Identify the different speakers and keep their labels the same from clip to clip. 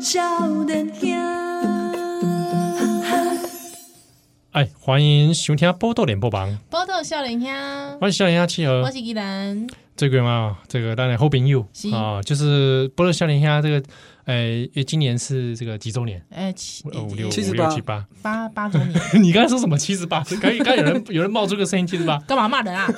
Speaker 1: 少年兄。
Speaker 2: 哎，欢迎收听《波多连播榜》，
Speaker 3: 波豆少年兄，
Speaker 2: 我是呃笑脸下七
Speaker 3: 我
Speaker 2: 和
Speaker 3: 是依兰，
Speaker 2: 这个嘛，这个当然后朋友
Speaker 3: 是
Speaker 2: 啊，就是波多笑脸啊下这个，哎，今年是这个几周年？
Speaker 3: 哎七
Speaker 2: 呃五六
Speaker 3: 七
Speaker 2: 五
Speaker 3: 十
Speaker 2: 六
Speaker 3: 八
Speaker 2: 七八，
Speaker 3: 八八周年，
Speaker 2: 你刚才说什么七十八？刚刚有 人有人冒出个声音七十八，
Speaker 3: 干嘛骂人 啊？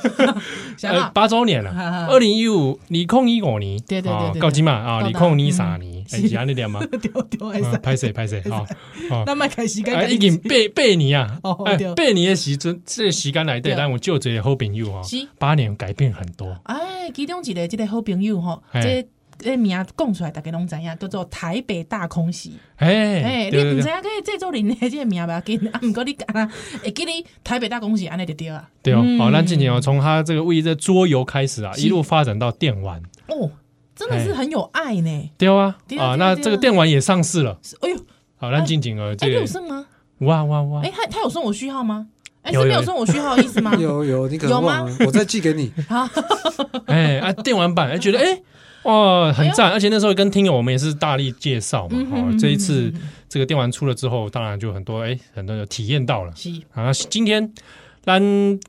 Speaker 3: 想
Speaker 2: 呃，
Speaker 3: 到
Speaker 2: 八周年了，二零一五，你控一五年，
Speaker 3: 啊对对对
Speaker 2: 啊
Speaker 3: 对
Speaker 2: 到今嘛啊，
Speaker 3: 到
Speaker 2: 你
Speaker 3: 达嗯
Speaker 2: 控你三年，哎，
Speaker 3: 是
Speaker 2: 是安尼点 吗？
Speaker 3: 丢丢哎
Speaker 2: 啊
Speaker 3: 塞，
Speaker 2: 拍谁拍谁啊啊！
Speaker 3: 那麦开始
Speaker 2: 哎，
Speaker 3: 该
Speaker 2: 已经八八年啊
Speaker 3: 哦，
Speaker 2: 哎，
Speaker 3: 对
Speaker 2: 八年的时阵，这个时间来对，
Speaker 3: 对
Speaker 2: 咱有就这好朋友啊
Speaker 3: 是，
Speaker 2: 八年改变很多。
Speaker 3: 哎，其中一个这个好朋友吼，
Speaker 2: 哎
Speaker 3: 这这名讲出来大家拢知影，叫做台北大空袭。
Speaker 2: 哎，
Speaker 3: 哎，你
Speaker 2: 对
Speaker 3: 唔
Speaker 2: 对
Speaker 3: 知
Speaker 2: 对，
Speaker 3: 影个这周年的这个名吧？紧啊，毋过你敢若会记你台北大空袭安尼就对啊。
Speaker 2: 对哦，
Speaker 3: 嗯
Speaker 2: 好，那今年哦，从他这个位于在桌游开始啊，
Speaker 3: 是
Speaker 2: 一路发展到电玩，
Speaker 3: 哦，真的是
Speaker 2: 哎
Speaker 3: 很有爱呢。
Speaker 2: 对啊
Speaker 3: 对
Speaker 2: 啊，
Speaker 3: 啊对啊
Speaker 2: 那
Speaker 3: 对啊
Speaker 2: 这个电玩也上市了。
Speaker 3: 是哎呦，
Speaker 2: 好，那近景哦，
Speaker 3: 哎，
Speaker 2: 这
Speaker 3: 你
Speaker 2: 个
Speaker 3: 有剩吗？
Speaker 2: 哇哇哇
Speaker 3: 哎，，他他有送我序号吗？哎，
Speaker 2: 有
Speaker 3: 是没
Speaker 2: 有
Speaker 3: 有送我序号的意思吗？
Speaker 4: 有有，你可
Speaker 3: 有
Speaker 4: 能
Speaker 3: 吗
Speaker 4: 忘了，我再寄给 你。
Speaker 3: 好，
Speaker 2: 哎啊，电玩版，哎觉得哎哇很赞，而且那时候跟听友我们也是大力介绍嘛
Speaker 3: 哎嗯，哼
Speaker 2: 哦
Speaker 3: 嗯，
Speaker 2: 这一
Speaker 3: 哼
Speaker 2: 次
Speaker 3: 嗯哼
Speaker 2: 这个电玩出了之后，当然就很多哎很多人有体验到了。
Speaker 3: 是
Speaker 2: 啊，今天咱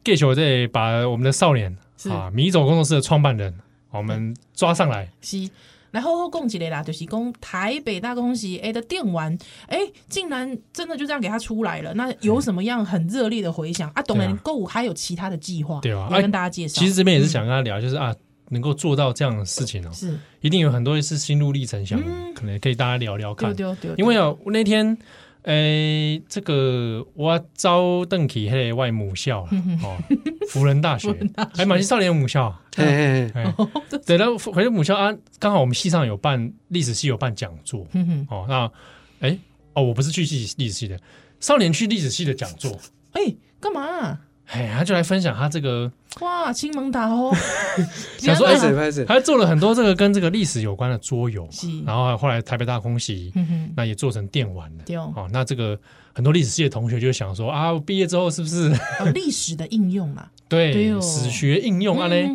Speaker 2: 继续再把我们的少年
Speaker 3: 是
Speaker 2: 啊米走工作室的创办人，我们抓上来。
Speaker 3: 是。然后后供给类啦，就是供台北大空袭哎的电玩哎，竟然真的就这样给它出来了。那有什么样很热烈的回响啊？懂
Speaker 2: 对
Speaker 3: 了
Speaker 2: 啊，
Speaker 3: 购物还有其他的计划，
Speaker 2: 对啊
Speaker 3: 要跟大家介绍。
Speaker 2: 其实这边也是想跟他聊，就是啊，能够做到这样的事情哦，
Speaker 3: 是
Speaker 2: 一定有很多是心路历程想，
Speaker 3: 嗯
Speaker 2: 可能可以大家聊聊
Speaker 3: 对
Speaker 2: 看。
Speaker 3: 对对，
Speaker 2: 因为哦，那天，诶，这个我招邓启黑外母校
Speaker 3: 嗯
Speaker 2: 啊哦，辅仁 大学，还蛮是少年母校啊。
Speaker 4: 嘿嘿嘿，
Speaker 2: 哎，对，然后回到母校啊，刚好我们系上有办历史系有办讲座，
Speaker 3: 嗯哼，
Speaker 2: 哦，那哎、哦，我不是去历历史系的，少年去历史系的讲座，
Speaker 3: 哎，干嘛啊？
Speaker 2: 哎，他就来分享他这个，
Speaker 3: 哇，青蒙打哦，
Speaker 2: 想说
Speaker 4: 拍
Speaker 2: 哎，
Speaker 4: 谁拍谁，
Speaker 2: 他做了很多这个跟这个历史有关的桌游，
Speaker 3: 是
Speaker 2: 然后后来台北大空袭，
Speaker 3: 嗯哼，
Speaker 2: 那也做成电玩了，
Speaker 3: 对哦，
Speaker 2: 哦，那这个很多历史系的同学就想说啊，我毕业之后是不是
Speaker 3: 哦历史的应用嗯啦，对
Speaker 2: 对
Speaker 3: 哦
Speaker 2: 史学应用啊嘞？
Speaker 3: 嘞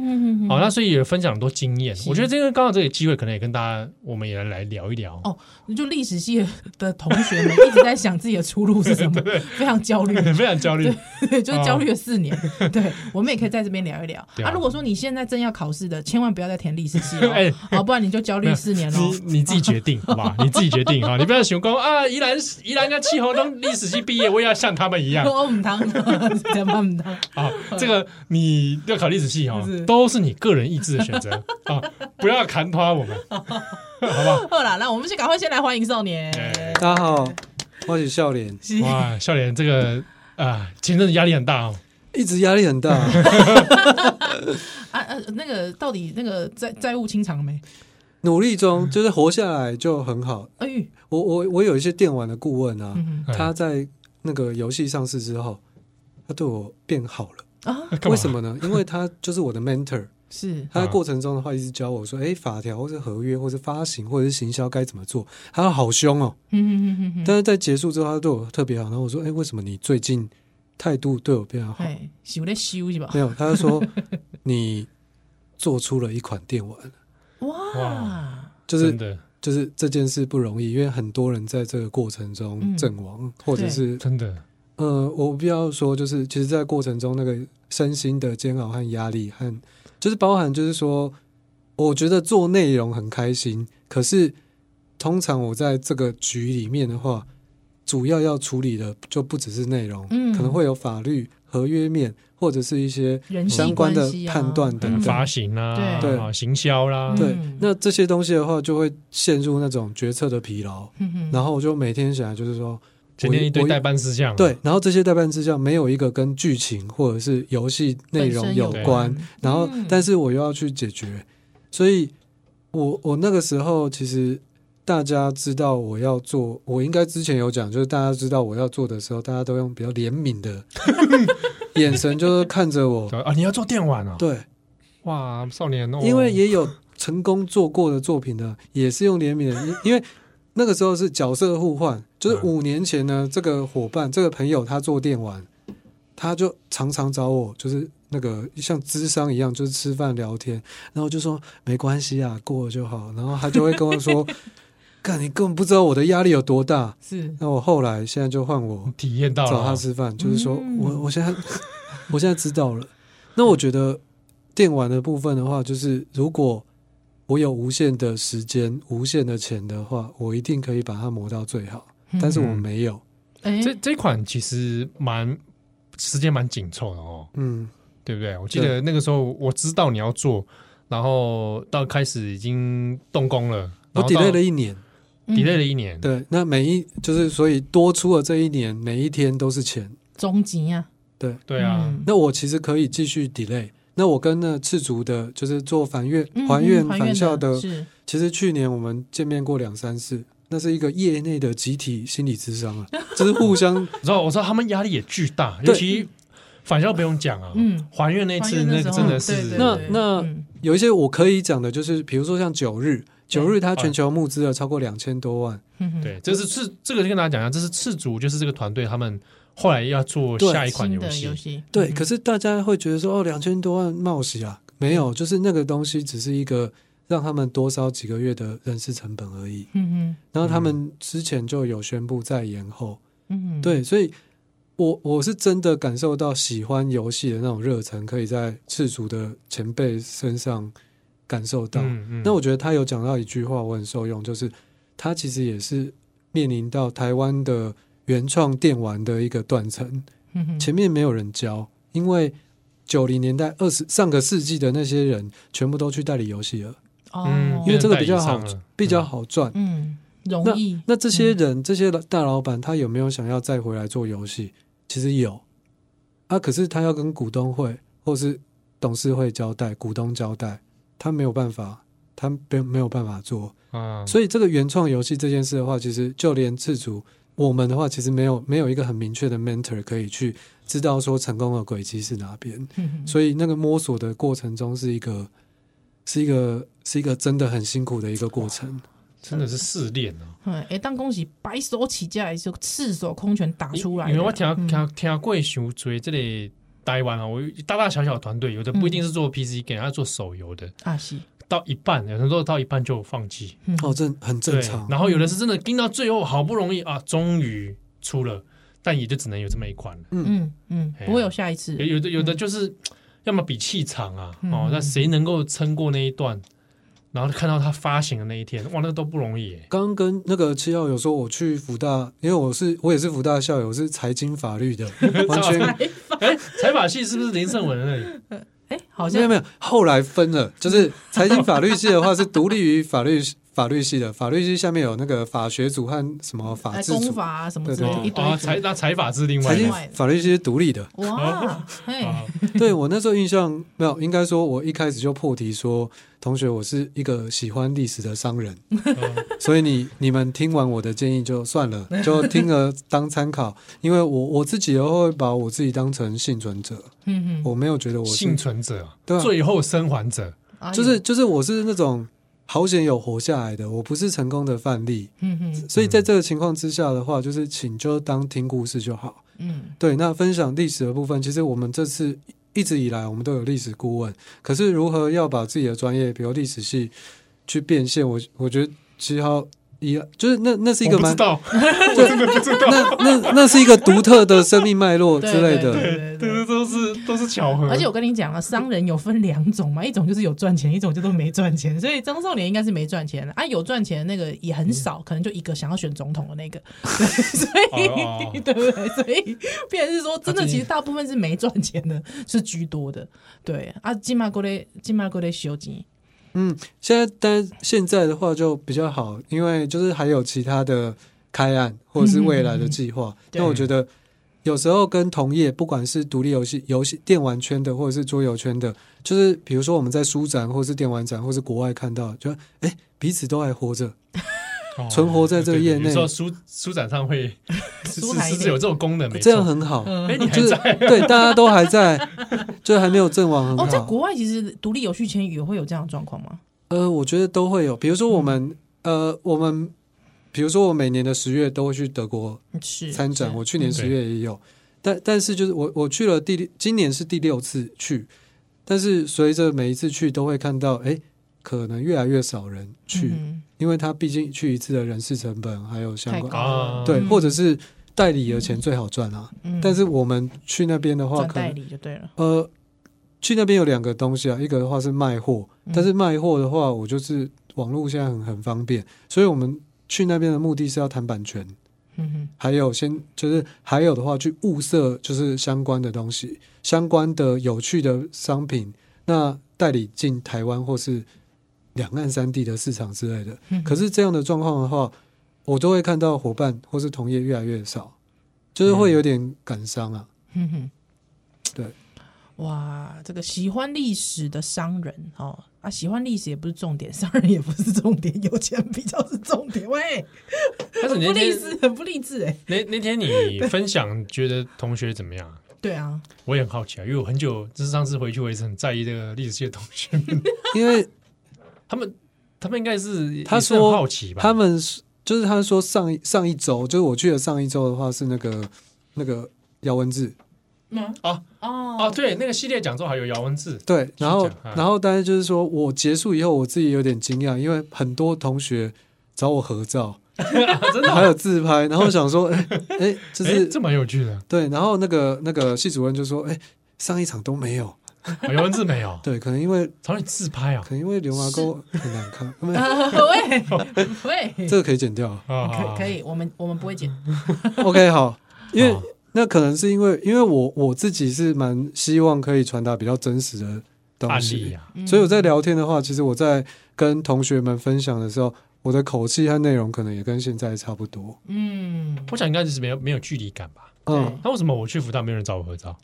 Speaker 2: 好、那所以也分享很多经验，
Speaker 3: 是
Speaker 2: 我觉得这个刚好这个机会，可能也跟大家我们也来来聊一聊。
Speaker 3: 哦就历史系的同学们一直在想自己的出路是 什么，非常焦虑。
Speaker 2: 非常焦虑，
Speaker 3: 对，就是焦虑了四 年。对，我们也可以在这边聊一聊
Speaker 2: 对啊
Speaker 3: 哦啊。如果说你现在正要考试的，千万不要再填历史系 了，
Speaker 2: 哎
Speaker 3: 好，不然你就焦虑四年哦喽。
Speaker 2: 你你自己决 定，好吧？你自己决定哈，你不要想说啊，宜兰宜兰跟气候都历史系毕业，我也要像他们一 样
Speaker 3: 哦我唔当，怎么唔当？
Speaker 2: 啊。这个你要考历史系哈
Speaker 3: 是，
Speaker 2: 都是你个人意志的选 择啊，不要砍垮我们。
Speaker 3: 好啦，那我们就赶快先来欢迎少年。
Speaker 2: 哎
Speaker 4: 大家好，我是笑脸，
Speaker 3: 是
Speaker 2: 哇，笑脸这个啊，前阵子压力很大哦。
Speaker 4: 一直压力 很大，
Speaker 3: 啊呃，那个到底那个债债务清偿没？
Speaker 4: 努力中就是活下来就很好。
Speaker 3: 哎呦，
Speaker 4: 我我我有一些电玩的顾问啊，
Speaker 3: 嗯
Speaker 2: 哎
Speaker 4: 他在那个游戏上市之后，他对我变好了。
Speaker 3: 哼啊，
Speaker 2: 干嘛啊
Speaker 4: 为什？么呢？因为他就是我 的 mentor，
Speaker 3: 是
Speaker 4: 他在过程中的话一直教我说，哎，法条或是合约或是发行或者是行销该怎么做。他好凶哦，
Speaker 3: 嗯哼哼哼哼
Speaker 4: 但是在结束之后，他对我特别好。然后我说，哎，为什么你最近态度对我变好？
Speaker 3: 哎，修咧修是吧
Speaker 4: 没？有，他就说你做出了一款 电玩，
Speaker 3: 哇
Speaker 2: 哇，
Speaker 4: 就
Speaker 2: 真
Speaker 4: 是
Speaker 2: 的
Speaker 4: 就是这件事不容易，因为很多人在这个过程中
Speaker 3: 嗯
Speaker 4: 阵亡，或者
Speaker 3: 对
Speaker 4: 是
Speaker 2: 真的，
Speaker 4: 呃，我不要说，就是其实，在过程中那个身心的煎熬和压力，和就是包含就是说，我觉得做内容很开心，可是通常我在这个局里面的话，主要要处理的就不只是内容，
Speaker 3: 嗯
Speaker 4: 可能会有法律、合约面，或者是一些
Speaker 3: 人际
Speaker 4: 相关的
Speaker 3: 关系啊
Speaker 4: 判断等
Speaker 3: 嗯
Speaker 4: 等。
Speaker 2: 发行啦，
Speaker 3: 对
Speaker 2: 啊行销啦，
Speaker 3: 嗯
Speaker 4: 对，那这些东西的话，就会陷入那种决策的疲劳，
Speaker 3: 哼嗯哼
Speaker 4: 然后我就每天想，就是说，
Speaker 2: 今天一堆
Speaker 4: 我
Speaker 2: 代办事项，啊
Speaker 4: 对，，然后这些代办事项没有一个跟剧情或者是游戏内容
Speaker 3: 本身
Speaker 4: 有
Speaker 2: 有
Speaker 4: 关
Speaker 3: 关，
Speaker 4: 然后
Speaker 3: 嗯
Speaker 4: 但是我又要去解决，所以我我那个时候其实大家知道我要做，我应该之前有讲，就是大家知道我要做的时候，大家都用比较怜悯的 眼神，就是看 着我，
Speaker 2: 啊，你要做电玩啊？
Speaker 4: 对，
Speaker 2: 哇，少年，哦
Speaker 4: 因为也有成功做过的作品呢，也是用怜悯的，因 因为那个时候是角色互换，就是
Speaker 2: 嗯
Speaker 4: 五年前呢，这个伙伴这个朋友他做电玩，他就常常找我，就是那个像智商一样，就是吃饭聊天，然后我就说没关系啊，过了就好，然后他就会跟我说。 干，你根本不知道我的压力有多大。
Speaker 3: 是
Speaker 4: 那我后来现在就换我
Speaker 2: 体验到
Speaker 4: 找
Speaker 2: 了
Speaker 4: 他
Speaker 2: 哦，
Speaker 4: 吃饭，就是说
Speaker 3: 嗯
Speaker 4: 我我现在 我现在知道了。那我觉得电玩的部分的话，就是如果我有无限的时间、无限的钱的话，我一定可以把它磨到最好。但是我没有，
Speaker 3: 哎，
Speaker 2: 这这款其实蛮时间蛮紧凑的哦，
Speaker 4: 嗯，
Speaker 2: 对不对？我记得那个时候我知道你要做，然后到开始已经动工了，然后
Speaker 4: 我
Speaker 2: 到
Speaker 4: delay 了一年。
Speaker 3: 嗯
Speaker 2: delay 了一年，
Speaker 4: 对，那每一就是所以多出了这一年，每一天都是钱。
Speaker 3: 终极啊，
Speaker 4: 对，
Speaker 2: 对啊，
Speaker 3: 嗯
Speaker 4: 那我其实可以继续 delay。那我跟那赤足的，就是做还愿
Speaker 3: 嗯
Speaker 4: 还愿
Speaker 3: 嗯
Speaker 4: 返校的，
Speaker 3: 是
Speaker 4: 其实去年我们见面过两三次，那是一个业内的集体心理 智商啊，就是互相
Speaker 2: 我知道，我知道他们压力也巨大，尤
Speaker 4: 对
Speaker 2: 其返校不用讲啊，
Speaker 3: 嗯
Speaker 2: 还愿那
Speaker 3: 还
Speaker 2: 次
Speaker 3: 愿
Speaker 2: 那
Speaker 3: 时
Speaker 2: 个
Speaker 3: 候
Speaker 2: 真的
Speaker 3: 对
Speaker 2: 是
Speaker 3: 对
Speaker 4: 那
Speaker 3: 对
Speaker 4: 那
Speaker 3: 嗯
Speaker 4: 有一些我可以讲的，就是比如说像九日，九日它全球募资了超过两千多万，
Speaker 3: 嗯哼
Speaker 2: 对，这是赤这个就跟大家讲一下，这是赤足，就是这个团队他们后来要做
Speaker 4: 对
Speaker 2: 下一款
Speaker 3: 新
Speaker 2: 游
Speaker 3: 的
Speaker 2: 戏
Speaker 3: 游，戏，
Speaker 4: 对，
Speaker 3: 嗯
Speaker 4: 可是大家会觉得说哦，两千多万冒险啊，没
Speaker 3: 嗯
Speaker 4: 有，就是那个东西只是一个让他们多烧几个月的人事成本而已。
Speaker 3: 嗯
Speaker 4: 然后他们之前就有宣布再延后，
Speaker 3: 哼嗯哼
Speaker 4: 对，所以我我是真的感受到喜欢游戏的那种热忱，可以在赤足的前辈身上感受到。
Speaker 2: 嗯嗯
Speaker 4: 那我觉得他有讲到一句话，我很受用，就是他其实也是面临到台湾的原创电玩的一个断层，
Speaker 3: 嗯哼
Speaker 4: 前面没有人教，因为九零年代二十上个世纪的那些人全部都去代理游戏了，
Speaker 3: 哦
Speaker 2: 嗯，
Speaker 4: 因为这个比较
Speaker 2: 有
Speaker 4: 好
Speaker 2: 点代理商了，
Speaker 4: 比较好赚。
Speaker 3: 嗯容易
Speaker 4: 那这些人，这些大老板，他有没有想要再回来做游戏？其实有啊，可是他要跟股东会或是董事会交代，股东交代，他没有办法，他没没有办法做。
Speaker 2: 啊，
Speaker 4: 所以这个原创游戏这件事的话，其实就连自主我们的话，其实没有没有一个很明确的 mentor 可以去知道说成功的轨迹是哪边。
Speaker 3: 嗯
Speaker 4: 所以那个摸索的过程中是一个是一个是一个真的很辛苦的一个过程。
Speaker 2: 真的是试炼啊。
Speaker 3: 哎，诶当恭喜白手起家，也是赤手空拳打出来的。
Speaker 2: 因为我听
Speaker 3: 嗯
Speaker 2: 听听过熊追这里台湾啊，我大大小小团队，有的不一
Speaker 3: 嗯
Speaker 2: 定是做 PC，给人家做手游的，
Speaker 3: 啊是，
Speaker 2: 到一半，有的时候到一半就放弃，
Speaker 3: 嗯
Speaker 4: 哦，这很正
Speaker 2: 对
Speaker 4: 常。
Speaker 2: 然后有的是真的盯到最后，好不容易啊，终于出了，但也就只能有这么一款了。
Speaker 3: 嗯嗯
Speaker 2: 哎，呀
Speaker 3: 不会有下一次
Speaker 2: 有。有的有的就是，要么比气场啊，哦
Speaker 3: 嗯，
Speaker 2: 那谁能够撑过那一段？然后看到它发行的那一天，哇，那都不容易耶。
Speaker 4: 刚刚跟那个七号有说，我去福大，因为我是我也是福大校友，我是财经法 律的，完全
Speaker 2: 哎，财法系是不是林胜文的那里？
Speaker 3: 哎，好
Speaker 4: 没有
Speaker 3: 像
Speaker 4: 没有。后来分了，就是财经法律系的话是独立于法律法律系的，法律系下面有那个法学组和什么法
Speaker 3: 哎
Speaker 4: 制
Speaker 3: 功
Speaker 4: 组，
Speaker 3: 法啊什么之类
Speaker 4: 对
Speaker 3: 的
Speaker 2: 哦
Speaker 3: 一堆
Speaker 2: 啊，
Speaker 3: 组
Speaker 2: 财那财法是另外
Speaker 4: 财
Speaker 2: 的
Speaker 4: 经
Speaker 3: 外
Speaker 4: 法律系是独立的。
Speaker 3: 哇，嘿，
Speaker 2: 啊，
Speaker 4: 对我那时候印象没有，应该说我一开始就破题说，同学，我是一个喜欢历史的商人，
Speaker 2: 哦
Speaker 4: 所以你你们听完我的建议就算了，就听了当参考，因为我我自己的话会把我自己当成幸存者，
Speaker 3: 嗯
Speaker 4: 我没有觉得我是
Speaker 2: 幸存者，
Speaker 4: 对啊
Speaker 2: 最后生还者，
Speaker 3: 哼，
Speaker 4: 哦就是就是我是那种好险有活下来的，我不是成功的范例，
Speaker 3: 嗯哼
Speaker 4: 所以在这个情况之下的话，就是请就当听故事就好。
Speaker 3: 嗯
Speaker 4: 对，那分享历史的部分，其实我们这次一直以来我们都有历史顾问，可是如何要把自己的专业，比如历史系去变现，我我觉得七号一就是那那是一
Speaker 2: 我
Speaker 4: 个
Speaker 2: 不知
Speaker 4: 蛮
Speaker 2: 道，
Speaker 4: 对那那那是一个独特的生命脉络
Speaker 3: 对
Speaker 4: 之类的。
Speaker 2: 对，
Speaker 3: 对
Speaker 2: 这都是都是巧合。
Speaker 3: 而且我跟你讲啊，商人有分两种嘛，一种就是有赚钱，一种就都没赚钱。 所以张少年应该是没赚钱啊，有赚钱的那个也很少，可能就一个想要选总统的那个，嗯 对所以、
Speaker 2: 哦哦
Speaker 3: 对不对？所以变成是说，真
Speaker 2: 啊
Speaker 3: 的，
Speaker 2: 这
Speaker 3: 其实大部分是没赚钱的，是居多的。对啊，金马过来，金马过来修金，
Speaker 4: 嗯，现在但现在的话就比较好，因为就是还有其他的开案或者是未来的计划。
Speaker 3: 嗯对
Speaker 4: 那我觉得有时候跟同业，不管是独立游戏、游戏电玩圈的，或者是桌游圈的，就是比如说我们在书展或是电玩展或是国外看到，就哎、诶彼此都还活着。
Speaker 2: 哦
Speaker 4: 存活在这个业内
Speaker 2: 对对对有时候书书展上会是
Speaker 3: 书海
Speaker 2: 是
Speaker 3: 内
Speaker 2: 是有这种功能，没
Speaker 4: 这样
Speaker 2: 错。
Speaker 4: 很好，
Speaker 3: 嗯
Speaker 2: 哎，你还
Speaker 4: 就是
Speaker 2: 在
Speaker 4: 对大家都还在，就还没有阵亡，
Speaker 3: 哦
Speaker 4: 很，
Speaker 3: 在
Speaker 4: 好。
Speaker 3: 国外其实独立游戏圈也会有这样的状况吗？
Speaker 4: 呃，我觉得都会有，比如说我们，
Speaker 3: 嗯
Speaker 4: 呃，我们，比如说我每年的十月都会去德国
Speaker 3: 是
Speaker 4: 参展，
Speaker 3: 是
Speaker 4: 我去年
Speaker 2: 嗯
Speaker 4: 十月也有，但但是就是我我去了第今年是第六次去，但是随着每一次去都会看到，哎，可能越来越少人去，
Speaker 3: 嗯
Speaker 4: 因为他毕竟去一次的人事成本还有相
Speaker 3: 太
Speaker 4: 关，
Speaker 3: 高了，
Speaker 2: 啊
Speaker 4: 对，
Speaker 3: 嗯
Speaker 4: 或者是代理的钱最好赚啊。
Speaker 3: 嗯
Speaker 4: 但是我们去那边的话，
Speaker 3: 转
Speaker 4: 可
Speaker 3: 代
Speaker 4: 能
Speaker 3: 理就对了，
Speaker 4: 呃，去那边有两个东西啊，一个的话是卖货，
Speaker 3: 嗯
Speaker 4: 但是卖货的话，我就是网络现在很很方便，所以我们去那边的目的是要谈版权，
Speaker 3: 嗯哼，
Speaker 4: 还有先就是还有的话去物色就是相关的东西，相关的有趣的商品，那代理进台湾或是两岸三地的市场之类的。
Speaker 3: 嗯哼
Speaker 4: 可是这样的状况的话，我都会看到伙伴或是同业越来越少，就是会有点感伤啊。
Speaker 3: 嗯哼，
Speaker 4: 对，
Speaker 3: 哇，这个喜欢历史的商人哦，啊，喜欢历史也不是重点，商人也不是重点，有钱比较是重点。喂，
Speaker 2: 但是
Speaker 3: 很
Speaker 2: 你
Speaker 3: 不
Speaker 2: 那
Speaker 3: 励
Speaker 2: 天
Speaker 3: 志，很不励志哎。
Speaker 2: 那那天你分享，觉得同学怎么样啊？
Speaker 3: 对啊，
Speaker 2: 我也很好奇啊，因为我很久，就是上次回去，我也是很在意这个历史系的同学们，
Speaker 4: 因为
Speaker 2: 他们他们应该是
Speaker 4: 他
Speaker 2: 也是很
Speaker 4: 说
Speaker 2: 好奇吧？
Speaker 4: 他们是就是他说上一上一周，就是我去的上一周的话是那个那个姚文志，
Speaker 3: 嗯
Speaker 2: 啊
Speaker 3: 哦
Speaker 2: 哦，对，那个系列讲座还有姚文 志，
Speaker 4: 对，然后
Speaker 2: 是这样啊
Speaker 4: 然后但是就是说我结束以后，我自己有点惊讶，因为很多同学找我 合照，
Speaker 2: 啊真的
Speaker 4: 还有自拍，然后想 说，哎哎，就
Speaker 2: 哎，
Speaker 4: 是
Speaker 2: 这蛮有趣的。
Speaker 4: 对，然后那个那个系主任就说，哎，上一场都没有，
Speaker 2: 哦姚文志没有，
Speaker 4: 对，可能因为
Speaker 2: 找你自拍啊
Speaker 4: 可能因为流麻沟很难 看，没有
Speaker 3: 啊喂喂，
Speaker 4: 这个可以剪掉
Speaker 2: 啊，
Speaker 3: 可可
Speaker 2: 以，
Speaker 3: 以，我们我们不会剪，
Speaker 4: ，OK，好，因为
Speaker 2: 哦
Speaker 4: 那可能是因为因为我我自己是蛮希望可以传达比较真实的东
Speaker 2: 案
Speaker 4: 西
Speaker 2: 例，啊，
Speaker 3: 嗯
Speaker 4: 所以我在聊天的话，其实我在跟同学们分享的时候，我的口气和内容可能也跟现在差不多。
Speaker 3: 嗯，
Speaker 2: 我想应该就是没有没有距离感吧？
Speaker 4: 嗯，
Speaker 2: 那为什么我去福大没有人找我合照？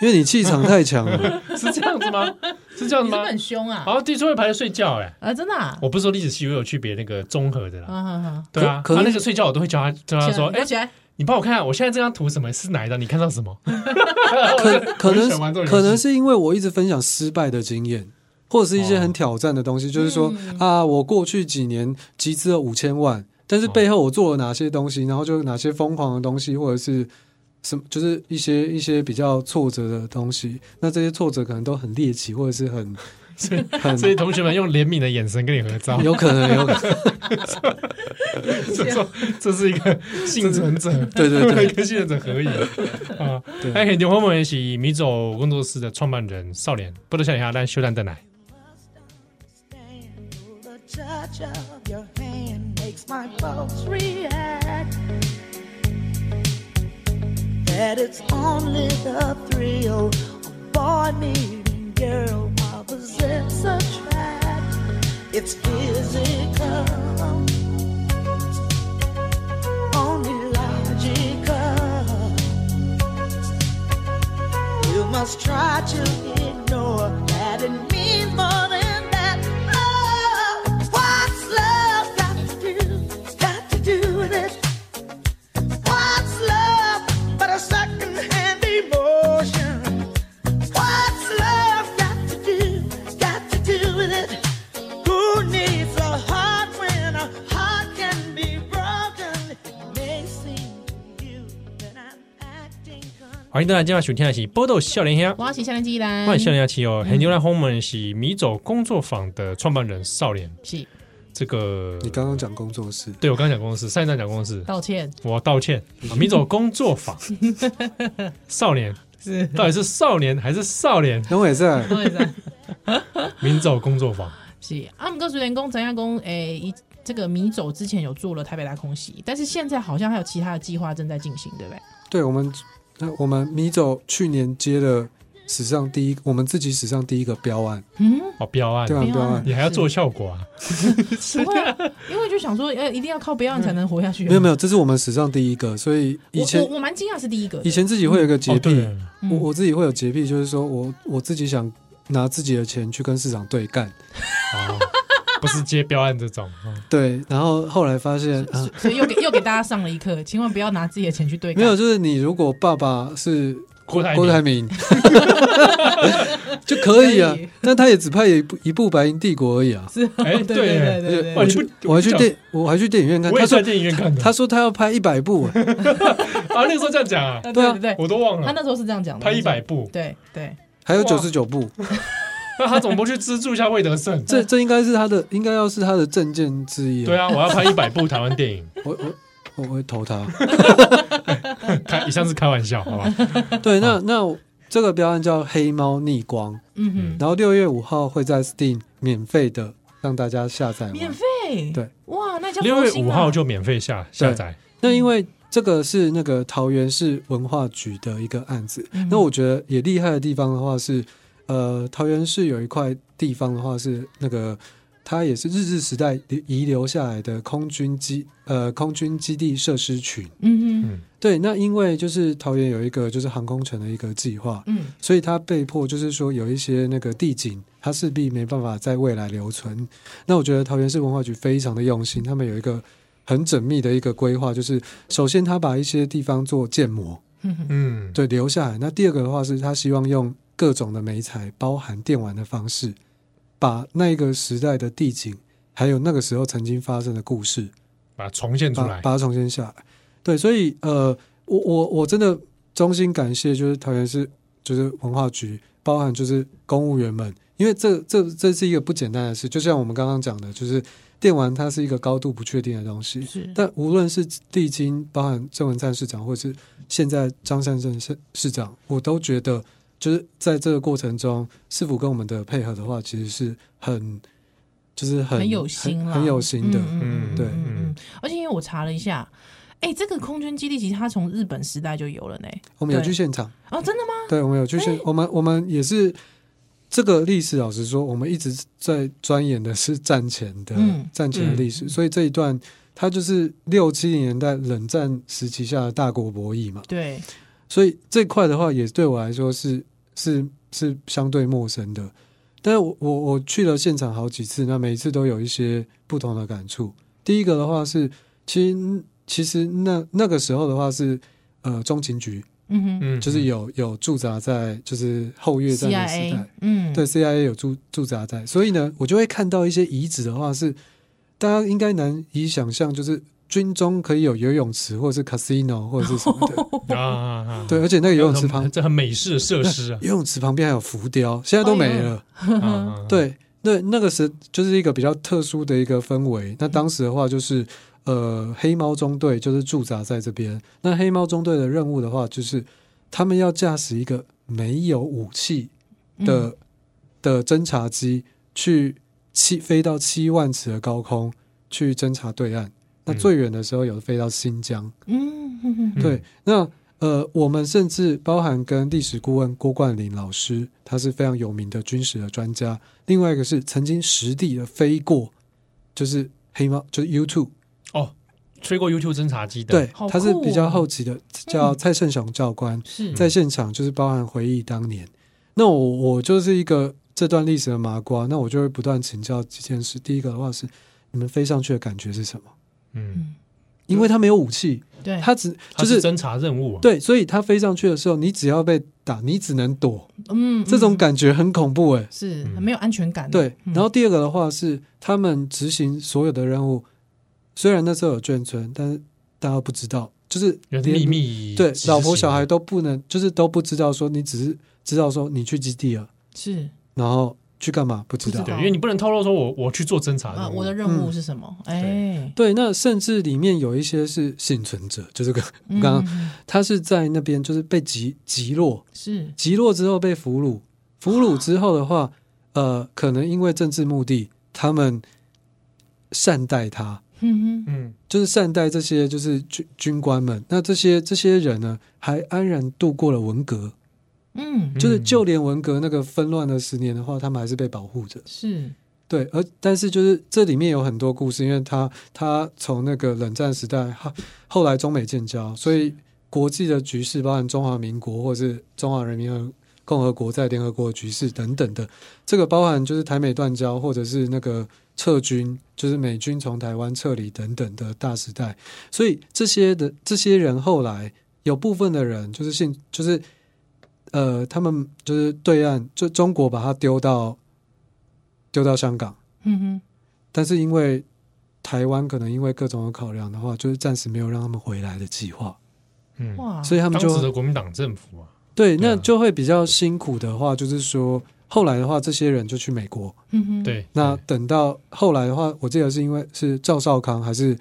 Speaker 4: 因为你气场太强了。
Speaker 2: 是这样子吗？是这样子
Speaker 3: 你是不
Speaker 2: 吗
Speaker 3: 是？很凶啊
Speaker 2: 然后第最后一排在睡觉，哎，
Speaker 3: 啊，真的啊，
Speaker 2: 我不是说历史系，我有去别那个综合的
Speaker 3: 啊
Speaker 2: 啦。
Speaker 3: 啊啊
Speaker 2: 对啊，
Speaker 4: 可
Speaker 2: 他
Speaker 4: 可是
Speaker 2: 那个睡觉我都会叫他叫他说，
Speaker 3: 起来
Speaker 2: 哎，
Speaker 3: 起来，
Speaker 2: 你帮我看看，我现在这张图什么是哪一张？你看到什么？
Speaker 4: 可可
Speaker 2: 我很喜欢玩这种游
Speaker 4: 能
Speaker 2: 戏
Speaker 4: 可能是因为我一直分享失败的经验，或者是一些很挑战的东西，就是说
Speaker 2: 哦
Speaker 4: 啊，我过去几年集资了五千万，但是背后我做了哪些东西，然后就哪些疯狂的东西，或者是。什么就是一些一些比较挫折的东西，那这些挫折可能都很猎奇，或者是很
Speaker 2: 所以
Speaker 4: 很
Speaker 2: 所以同学们用怜悯的眼神跟你合照，
Speaker 4: 嗯有可能有可能，
Speaker 2: 这说这是一个幸存者，
Speaker 4: 对对 对，
Speaker 2: 跟幸存者合影啊。
Speaker 4: 对
Speaker 2: 哎，刘宏文是米走工作室的创办人少年，不得想一下，但修蛋蛋来。
Speaker 1: Stand. The touch of your hand makes my pulse react. That it's only the thrill of boy meeting girl while possess attract. It's physical, only logical. You must try to ignore that it means more than that. Oh, what's love got to do? Got to do with it. What's love but a second-hand emotion? What's love got to do? Got to do with it. Who needs a heart when a heart can be broken? It may seem to you that I'm acting. con-
Speaker 2: 欢迎大家今晚收听的是《波豆笑脸香》，
Speaker 3: 我要洗下面机来，
Speaker 2: 欢迎笑脸下期哦。很牛蛋宏文是米走工作坊的创办人少年，
Speaker 3: 是
Speaker 2: 这个
Speaker 4: 你刚刚讲工作室，
Speaker 2: 对我刚刚讲公司，上一站讲公司，
Speaker 3: 道歉，
Speaker 2: 我道 歉。米走工作坊，少年
Speaker 3: 是
Speaker 2: 到底是少年还是少年？
Speaker 4: 那我也在。
Speaker 3: 不好意思啊。
Speaker 2: 明走工作坊，
Speaker 3: 是啊，姆哥水电工、陈亚工，诶、一这个米走之前有做了台北大空袭，但是现在好像还有其他的计划正在进行，对不对？
Speaker 4: 对我们， 呃我们米走去年接了史上第一，我们自己史上第一个标案，
Speaker 3: 嗯，
Speaker 2: 哦，标案
Speaker 4: 对，啊，
Speaker 3: 标案
Speaker 4: 标案。
Speaker 2: 你还要做效果啊？
Speaker 3: 不会啊，因为就想说，呃，一定要靠别案才能活下去、
Speaker 4: 没有没
Speaker 3: 有，
Speaker 4: 有，这是我们史上第一个，所以以前
Speaker 3: 我我我蛮惊讶是第一个的，
Speaker 4: 以前自己会有一个洁
Speaker 2: 哦
Speaker 4: 癖，
Speaker 2: 对
Speaker 3: 嗯
Speaker 4: 我我自己会有洁癖，就是说我我自己想拿自己的钱去跟市场对干，
Speaker 2: 哦，不是接标案这种， 哦
Speaker 4: 对，然后后来发现啊，
Speaker 3: 所以又给又给大家上了一课，千万不要拿自己的钱去对
Speaker 4: 没
Speaker 3: 干。
Speaker 4: 有，就是你如果爸爸是
Speaker 2: 郭台铭
Speaker 4: 郭台铭， 就可以啊
Speaker 3: 可以，
Speaker 4: 但他也只拍一部一部《白银帝国》而已啊。
Speaker 3: 是，
Speaker 2: 哎
Speaker 3: 对对对对对
Speaker 2: 哇
Speaker 4: 我
Speaker 2: 哦你
Speaker 3: 对，
Speaker 2: 不
Speaker 4: 去，我还去电，我还去电影院看。
Speaker 2: 我也
Speaker 4: 他
Speaker 2: 是在
Speaker 4: 说
Speaker 2: 电影院看的。
Speaker 4: 他说他要拍一百部，哎
Speaker 2: 啊，那个时候这样讲啊，
Speaker 3: 啊
Speaker 4: 对啊
Speaker 3: 对对对，
Speaker 2: 我都忘
Speaker 3: 他
Speaker 2: 了，
Speaker 3: 那时候是这样讲的，
Speaker 2: 拍一百部，
Speaker 3: 对对，
Speaker 4: 还有
Speaker 2: 哇
Speaker 4: 九十九部。
Speaker 2: 那他总不去资助一下魏德胜？
Speaker 4: 这这应该 是他的，应该要是他的证件之一。
Speaker 2: 对
Speaker 4: 啊，
Speaker 2: 啊，我要拍一百部台湾电影，
Speaker 4: 我我我我会投他。
Speaker 2: 开以上是开玩笑，好吧？
Speaker 4: 对，
Speaker 3: 哦
Speaker 4: 那那我这个标案叫《黑猫逆光》，
Speaker 3: 嗯
Speaker 4: 然后六月五号会在 Steam 免费的让大家下
Speaker 3: 哼，
Speaker 4: 载玩。
Speaker 3: 免费，
Speaker 4: 对，
Speaker 3: 哇，那叫啊
Speaker 2: 六月五号
Speaker 3: 就
Speaker 2: 就免费下下载，
Speaker 4: 那因为这个是那个桃园市文化局的一个案子，
Speaker 3: 嗯
Speaker 4: 那我觉得也厉害的地方的话是，呃，桃园市有一块地方的话是那个，它也是日治时代遗留下来的空军基呃空军基地设施群。
Speaker 3: 嗯哼
Speaker 2: 嗯，
Speaker 4: 对，那因为就是桃园有一个就是航空城的一个计划，
Speaker 3: 嗯
Speaker 4: 所以它被迫就是说有一些那个地景，它势必没办法在未来留存。那我觉得桃园市文化局非常的用心，他们有一个很缜密的一个规划，就是首先他把一些地方做建模，
Speaker 3: 嗯哼
Speaker 2: 嗯，
Speaker 4: 对，留下来。那第二个的话是他希望用各种的媒材，包含电玩的方式，把那一个时代的地景，还有那个时候曾经发生的故事，
Speaker 2: 把它重现出
Speaker 4: 把
Speaker 2: 来，
Speaker 4: 把它重新下来。对，所以呃，我我我真的衷心感谢，就是桃园市就是文化局，包含就是公务员们，因为这这这是一个不简单的事。就像我们刚刚讲的，就是电玩它是一个高度不确定的东西，
Speaker 3: 是，
Speaker 4: 但无论是历经包含郑文灿市长，或是现在张善政市市长，我都觉得就是在这个过程中，市府跟我们的配合的话，其实是很就是很
Speaker 3: 很有心
Speaker 4: 很
Speaker 3: 啦，
Speaker 4: 很有心的。
Speaker 2: 嗯
Speaker 4: 对
Speaker 2: 嗯，
Speaker 3: 而且因为我查了一下，哎，这个空军基地其实它从日本时代就有了呢。
Speaker 4: 我们有
Speaker 3: 对
Speaker 4: 去现场。
Speaker 3: 哦，真的吗？
Speaker 4: 对，我们有去
Speaker 3: 哎
Speaker 4: 现，我们我们也是这个历史。老实说，我们一直在钻研的是战前的、
Speaker 3: 嗯
Speaker 4: 战前的历史，所以这一段它就是六七零年代冷战时期下的大国博弈嘛。
Speaker 3: 对，
Speaker 4: 所以这块的话，也对我来说是是是相对陌生的。但是我我我去了现场好几次，那每一次都有一些不同的感触。第一个的话是，其实其实那那个时候的话是，呃，中情局
Speaker 3: 嗯哼
Speaker 2: 嗯，
Speaker 4: 就是有有驻扎在就是后越战的时
Speaker 3: ，CIA，
Speaker 4: 代，
Speaker 3: 嗯，
Speaker 4: 对 CIA 有驻驻扎在，所以呢，我就会看到一些遗址的话是，大家应该难以想象，就是军中可以有游泳池或者是 casino 或者是什么 的，
Speaker 2: 啊啊，啊
Speaker 4: 对，而且那个游泳池旁
Speaker 2: 这很美式的设施啊
Speaker 4: 游泳池旁边还有浮雕，现在都没了。
Speaker 2: 啊，啊，
Speaker 4: 对，那那个时就是一个比较特殊的一个氛围。那当时的话就是，呃，黑猫中队就是驻扎在这边。那黑猫中队的任务的话，就是他们要驾驶一个没有武器的、的侦察机去七飞到七万尺的高空去侦察对岸。那最远的时候有飞到新疆。
Speaker 3: 嗯，嗯嗯
Speaker 2: 嗯
Speaker 4: 对，那呃，我们甚至包含跟历史顾问郭冠霖老师，他是非常有名的军事的专家。另外一个是曾经实地的飞过，就是黑猫，就是 YouTube，
Speaker 2: 哦，吹过 YouTube 侦察机的，
Speaker 4: 对
Speaker 3: 好，
Speaker 4: 他是
Speaker 3: 酷
Speaker 4: 比较
Speaker 3: 哦
Speaker 4: 后期的，叫蔡胜雄教官，
Speaker 3: 是
Speaker 4: 在现场就是包含回忆当年。那我我就是一个这段历史的麻瓜，那我就会不断请教几件事。第一个的话是，你们飞上去的感觉是什么？
Speaker 2: 嗯，
Speaker 4: 因为他没有武器，
Speaker 3: 对，
Speaker 4: 他只
Speaker 2: 它
Speaker 4: 就是是
Speaker 2: 侦察任务啊，
Speaker 4: 对，所以他飞上去的时候，你只要被打，你只能躲，
Speaker 3: 嗯，嗯
Speaker 4: 这种感觉很恐怖哎、
Speaker 3: 是
Speaker 2: 嗯
Speaker 3: 没有安全感的，啊嗯
Speaker 4: 对，然后第二个的话是，他们执行所有的任务，虽然那时候有眷村，但是大家不知道，就是
Speaker 2: 有
Speaker 4: 连
Speaker 2: 秘密
Speaker 4: 对
Speaker 2: 执行
Speaker 4: 老婆小孩都不能，就是都不知道说你只是知道说你去基地了，
Speaker 3: 是
Speaker 4: 然后去干嘛不知
Speaker 3: 不
Speaker 4: 道
Speaker 3: 知。
Speaker 2: 对，
Speaker 3: 道
Speaker 2: 因为你不能透露说我我去做侦察
Speaker 3: 啊，
Speaker 2: 任务，
Speaker 3: 我的任务是什么？哎，
Speaker 4: 嗯对，那甚至里面有一些是幸存者，就是个
Speaker 3: 嗯
Speaker 4: 刚
Speaker 3: 嗯嗯
Speaker 4: 他是在那边就是被击击落，
Speaker 3: 是
Speaker 4: 击落之后被俘虏，俘虏之后的话，呃，可能因为政治目的，他们善待他，
Speaker 3: 嗯哼
Speaker 2: 嗯
Speaker 4: 就是善待这些就是军军官们。那这些这些人呢，还安然度过了文革，
Speaker 3: 嗯
Speaker 2: 嗯
Speaker 4: 就是就连文革那个纷乱的十年的话，他们还是被保护着。
Speaker 3: 是
Speaker 4: 对，而但是就是这里面有很多故事，因为他他从那个冷战时代，后后来中美建交，所以国际的局势，包含中华民国或是中华人民共和国在联合国的局势等等的，这个包含就是台美断交，或者是那个撤军，就是美军从台湾撤离等等的大时代，所以这些的这些人后来有部分的人就是信就是。呃，他们就是对岸，就中国把他丢到丢到香港，
Speaker 3: 嗯哼
Speaker 4: 但是因为台湾可能因为各种的考量的话，就是暂时没有让他们回来的计划，
Speaker 2: 嗯，
Speaker 3: 哇，
Speaker 4: 所以他们
Speaker 2: 当时
Speaker 4: 就
Speaker 2: 的国民党政府啊，
Speaker 4: 对，
Speaker 2: 对啊
Speaker 4: 那就会比较辛苦的话，就是说，后来的话，这些人就去美国。
Speaker 3: 嗯哼，
Speaker 2: 对，
Speaker 4: 那等到后来的话，我记得是因为是赵少康还是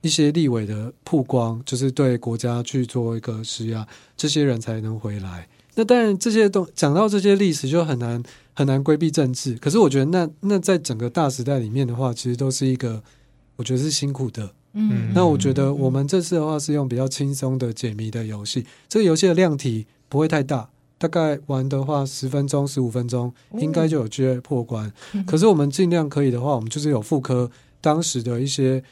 Speaker 4: 一些立委的曝光，就是对国家去做一个施压，这些人才能回来。那当然，这些东讲到这些历史就很难很难规避政治。可是我觉得那，那在整个大时代里面的话，其实都是一个我觉得是辛苦的。
Speaker 3: 嗯，
Speaker 4: 那我觉得我们这次的话是用比较轻松的解谜的游戏，这个游戏的量体不会太大，大概玩的话十分钟、十五分钟应该就有机会破关。
Speaker 3: 哦嗯
Speaker 4: 可是我们尽量可以的话，我们就是有复刻当时的一些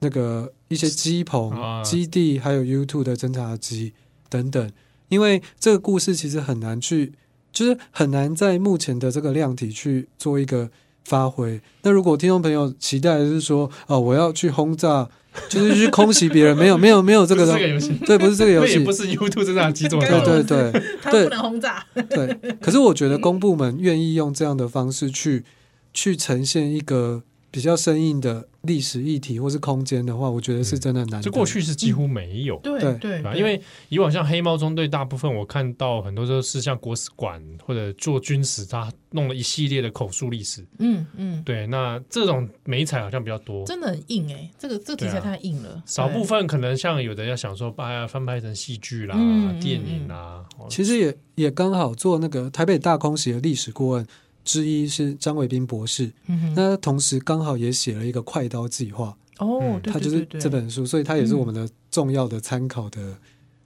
Speaker 4: 那个一些机棚
Speaker 2: 啊、
Speaker 4: 基地，还有 YouTube 的侦察机等等，因为这个故事其实很难去，就是很难在目前的这个量体去做一个。发挥。那如果听众朋友期待的是说，哦，我要去轰炸， 就是去空袭别人，没有，没有，没有这
Speaker 2: 这
Speaker 4: 个
Speaker 2: 个
Speaker 4: 东
Speaker 2: 这个游戏，
Speaker 4: 对，不是这个游
Speaker 2: 这也
Speaker 4: 戏
Speaker 2: 不， 是 YouTube 这张机做
Speaker 3: 该
Speaker 2: 的，
Speaker 4: 对对对
Speaker 3: 他不能轰炸，
Speaker 4: 对。可是我觉得公部门愿意用这样的方式去去呈现一个比较生硬的历史议题或是空间的话，我觉得是真的很难得。
Speaker 2: 就过去是几乎没有。
Speaker 3: 对
Speaker 4: 对
Speaker 3: 对
Speaker 2: 对啊吧？因为以往像黑猫中队，大部分我看到很多都是像国史馆或者做军史，他弄了一系列的口述历史。
Speaker 3: 嗯嗯，
Speaker 2: 对，那这种美彩好像比较多，
Speaker 3: 真的很硬哎、这个这个题
Speaker 2: 对
Speaker 3: 材
Speaker 2: 啊
Speaker 3: 太硬了，
Speaker 2: 少
Speaker 3: 对
Speaker 2: 部分可能像有的要想说把它翻拍成戏剧啦、
Speaker 3: 嗯嗯
Speaker 2: 电影啦，哦
Speaker 4: 其实也也刚好做那个台北大空袭的历史顾问之一是张伟斌博士，
Speaker 3: 嗯哼
Speaker 4: 那他同时刚好也写了一个快刀计划，
Speaker 3: 哦，对
Speaker 4: 嗯它
Speaker 3: 对对
Speaker 4: 就是
Speaker 3: 对，嗯
Speaker 4: 这本书，所以它也是我们的重要的参考的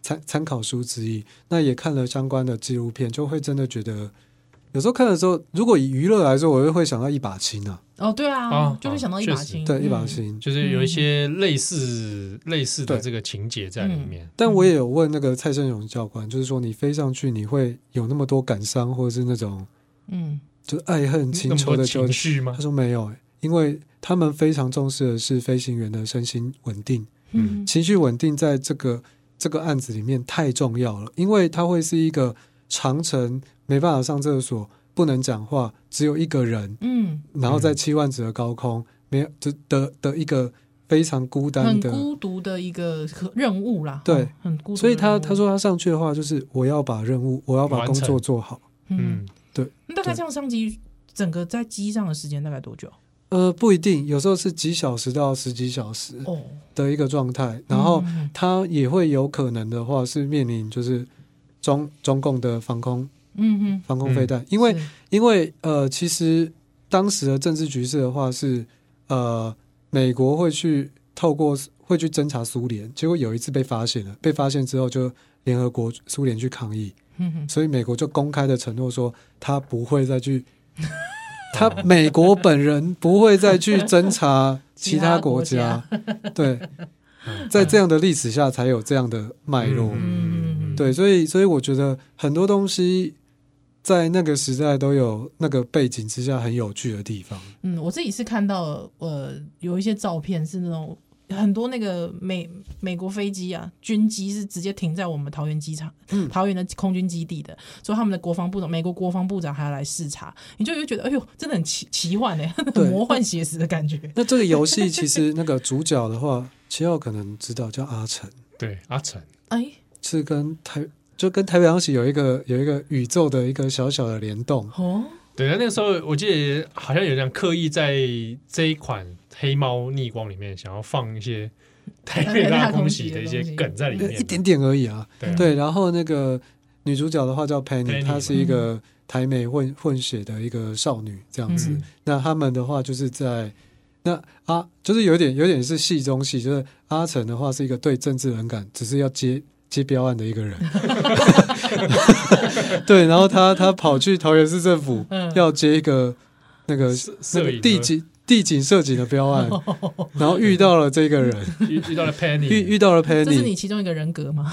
Speaker 4: 参参考书之一。那也看了相关的纪录片，就会真的觉得，有时候看的时候，如果以娱乐来说，我又会想到一把青啊，
Speaker 3: 哦，对啊
Speaker 2: 啊，
Speaker 3: 就会
Speaker 2: 啊
Speaker 3: 想到一
Speaker 2: 确
Speaker 3: 把
Speaker 2: 实
Speaker 3: 青，
Speaker 4: 对，一把
Speaker 3: 嗯，
Speaker 4: 青。
Speaker 2: 就是有一些类似类似的
Speaker 4: 对
Speaker 2: 这个情节在里面。
Speaker 4: 但我也有问那个蔡胜勇教官，就是说你飞上去，你会有那么多感伤，或者是那种
Speaker 3: 嗯，
Speaker 4: 就是爱恨
Speaker 2: 那
Speaker 4: 情
Speaker 2: 么
Speaker 4: 仇
Speaker 2: 多
Speaker 4: 的纠
Speaker 2: 情
Speaker 4: 结？
Speaker 2: 绪吗
Speaker 4: 他？说没有、欸因为他们非常重视的是飞行员的身心稳定。
Speaker 3: 嗯
Speaker 4: 情绪稳定在这个这个案子里面太重要了，因为它会是一个长城没办法上厕所、不能讲话、只有一个人，
Speaker 3: 嗯，
Speaker 4: 然后在七万尺的高空，没有就的的一个非常孤单
Speaker 3: 很
Speaker 4: 的。
Speaker 3: 孤独的一个可任务啦，
Speaker 4: 对
Speaker 3: 哦，很孤独的任务，
Speaker 4: 所以他他说他上去的话，就是我要把任务，我要把工作做好。
Speaker 3: 嗯，
Speaker 2: 嗯，
Speaker 3: 那大概
Speaker 4: 对
Speaker 3: 这样上机整个在机上的时间大概多久？
Speaker 4: 呃，不一定，有时候是几小时到十几小时
Speaker 3: 哦，
Speaker 4: 的一个状态，然后
Speaker 3: 嗯嗯
Speaker 4: 他也会有可能的话是面临就是中中共的防空
Speaker 3: 嗯嗯，
Speaker 4: 防空飞弹，因为
Speaker 3: 是
Speaker 4: 因为呃，其实当时的政治局势的话是，呃，美国会去透过会去侦查苏联，结果有一次被发现了，被发现之后就联合国苏联去抗议，
Speaker 3: 嗯嗯
Speaker 4: 所以美国就公开的承诺说，他不会再去， 他美国本人不会再去侦查 其他国家，对，在这样的历史下才有这样的脉络。
Speaker 3: 嗯
Speaker 4: 对，所以所以我觉得很多东西在那个时代都有那个背景之下很有趣的地方。
Speaker 3: 嗯，我自己是看到呃有一些照片是那种很多那个美美国飞机啊，军机是直接停在我们桃园机场，桃园的空军基地的，所以他们的国防部长，美国国防部长还要来视察，你就会觉得哎呦，真的很奇奇幻 哎、很
Speaker 4: 对
Speaker 3: 魔幻写实的感觉。
Speaker 4: 那这个游戏其实那个主角的话，七号可能知道叫阿成，
Speaker 2: 对，阿成，
Speaker 3: 哎，
Speaker 4: 是跟台就跟台北央企有一个有一个宇宙的一个小小的联动。
Speaker 3: 哦，
Speaker 2: 对，那那个时候我记得好像有点刻意在这一款黑猫逆光里面想要放一 些台北大空袭的一些梗在里
Speaker 4: 呃
Speaker 2: 面，
Speaker 4: 一点点而已啊，
Speaker 2: 对啊
Speaker 4: 对，然后那个女主角的话叫 Penny，
Speaker 2: Penny
Speaker 4: 她是一个台美混混血的一个少女这样子。
Speaker 2: 嗯
Speaker 4: 那他们的话就是在那啊，就是有点有点是戏中戏，就是阿成的话是一个对政治冷感，只是要接接标案的一个人。 对，然后他他跑去桃园市政府
Speaker 3: 嗯
Speaker 4: 要接一个那个
Speaker 2: 摄
Speaker 4: 那
Speaker 2: 摄
Speaker 4: 个
Speaker 2: 影
Speaker 4: 地景地景摄景的标案，然后遇到了这个人，
Speaker 2: 遇遇到 了
Speaker 4: 遇
Speaker 2: Penny，
Speaker 4: 遇到了啊
Speaker 3: 这哦是你
Speaker 4: Penny，
Speaker 3: 其中一个人格吗？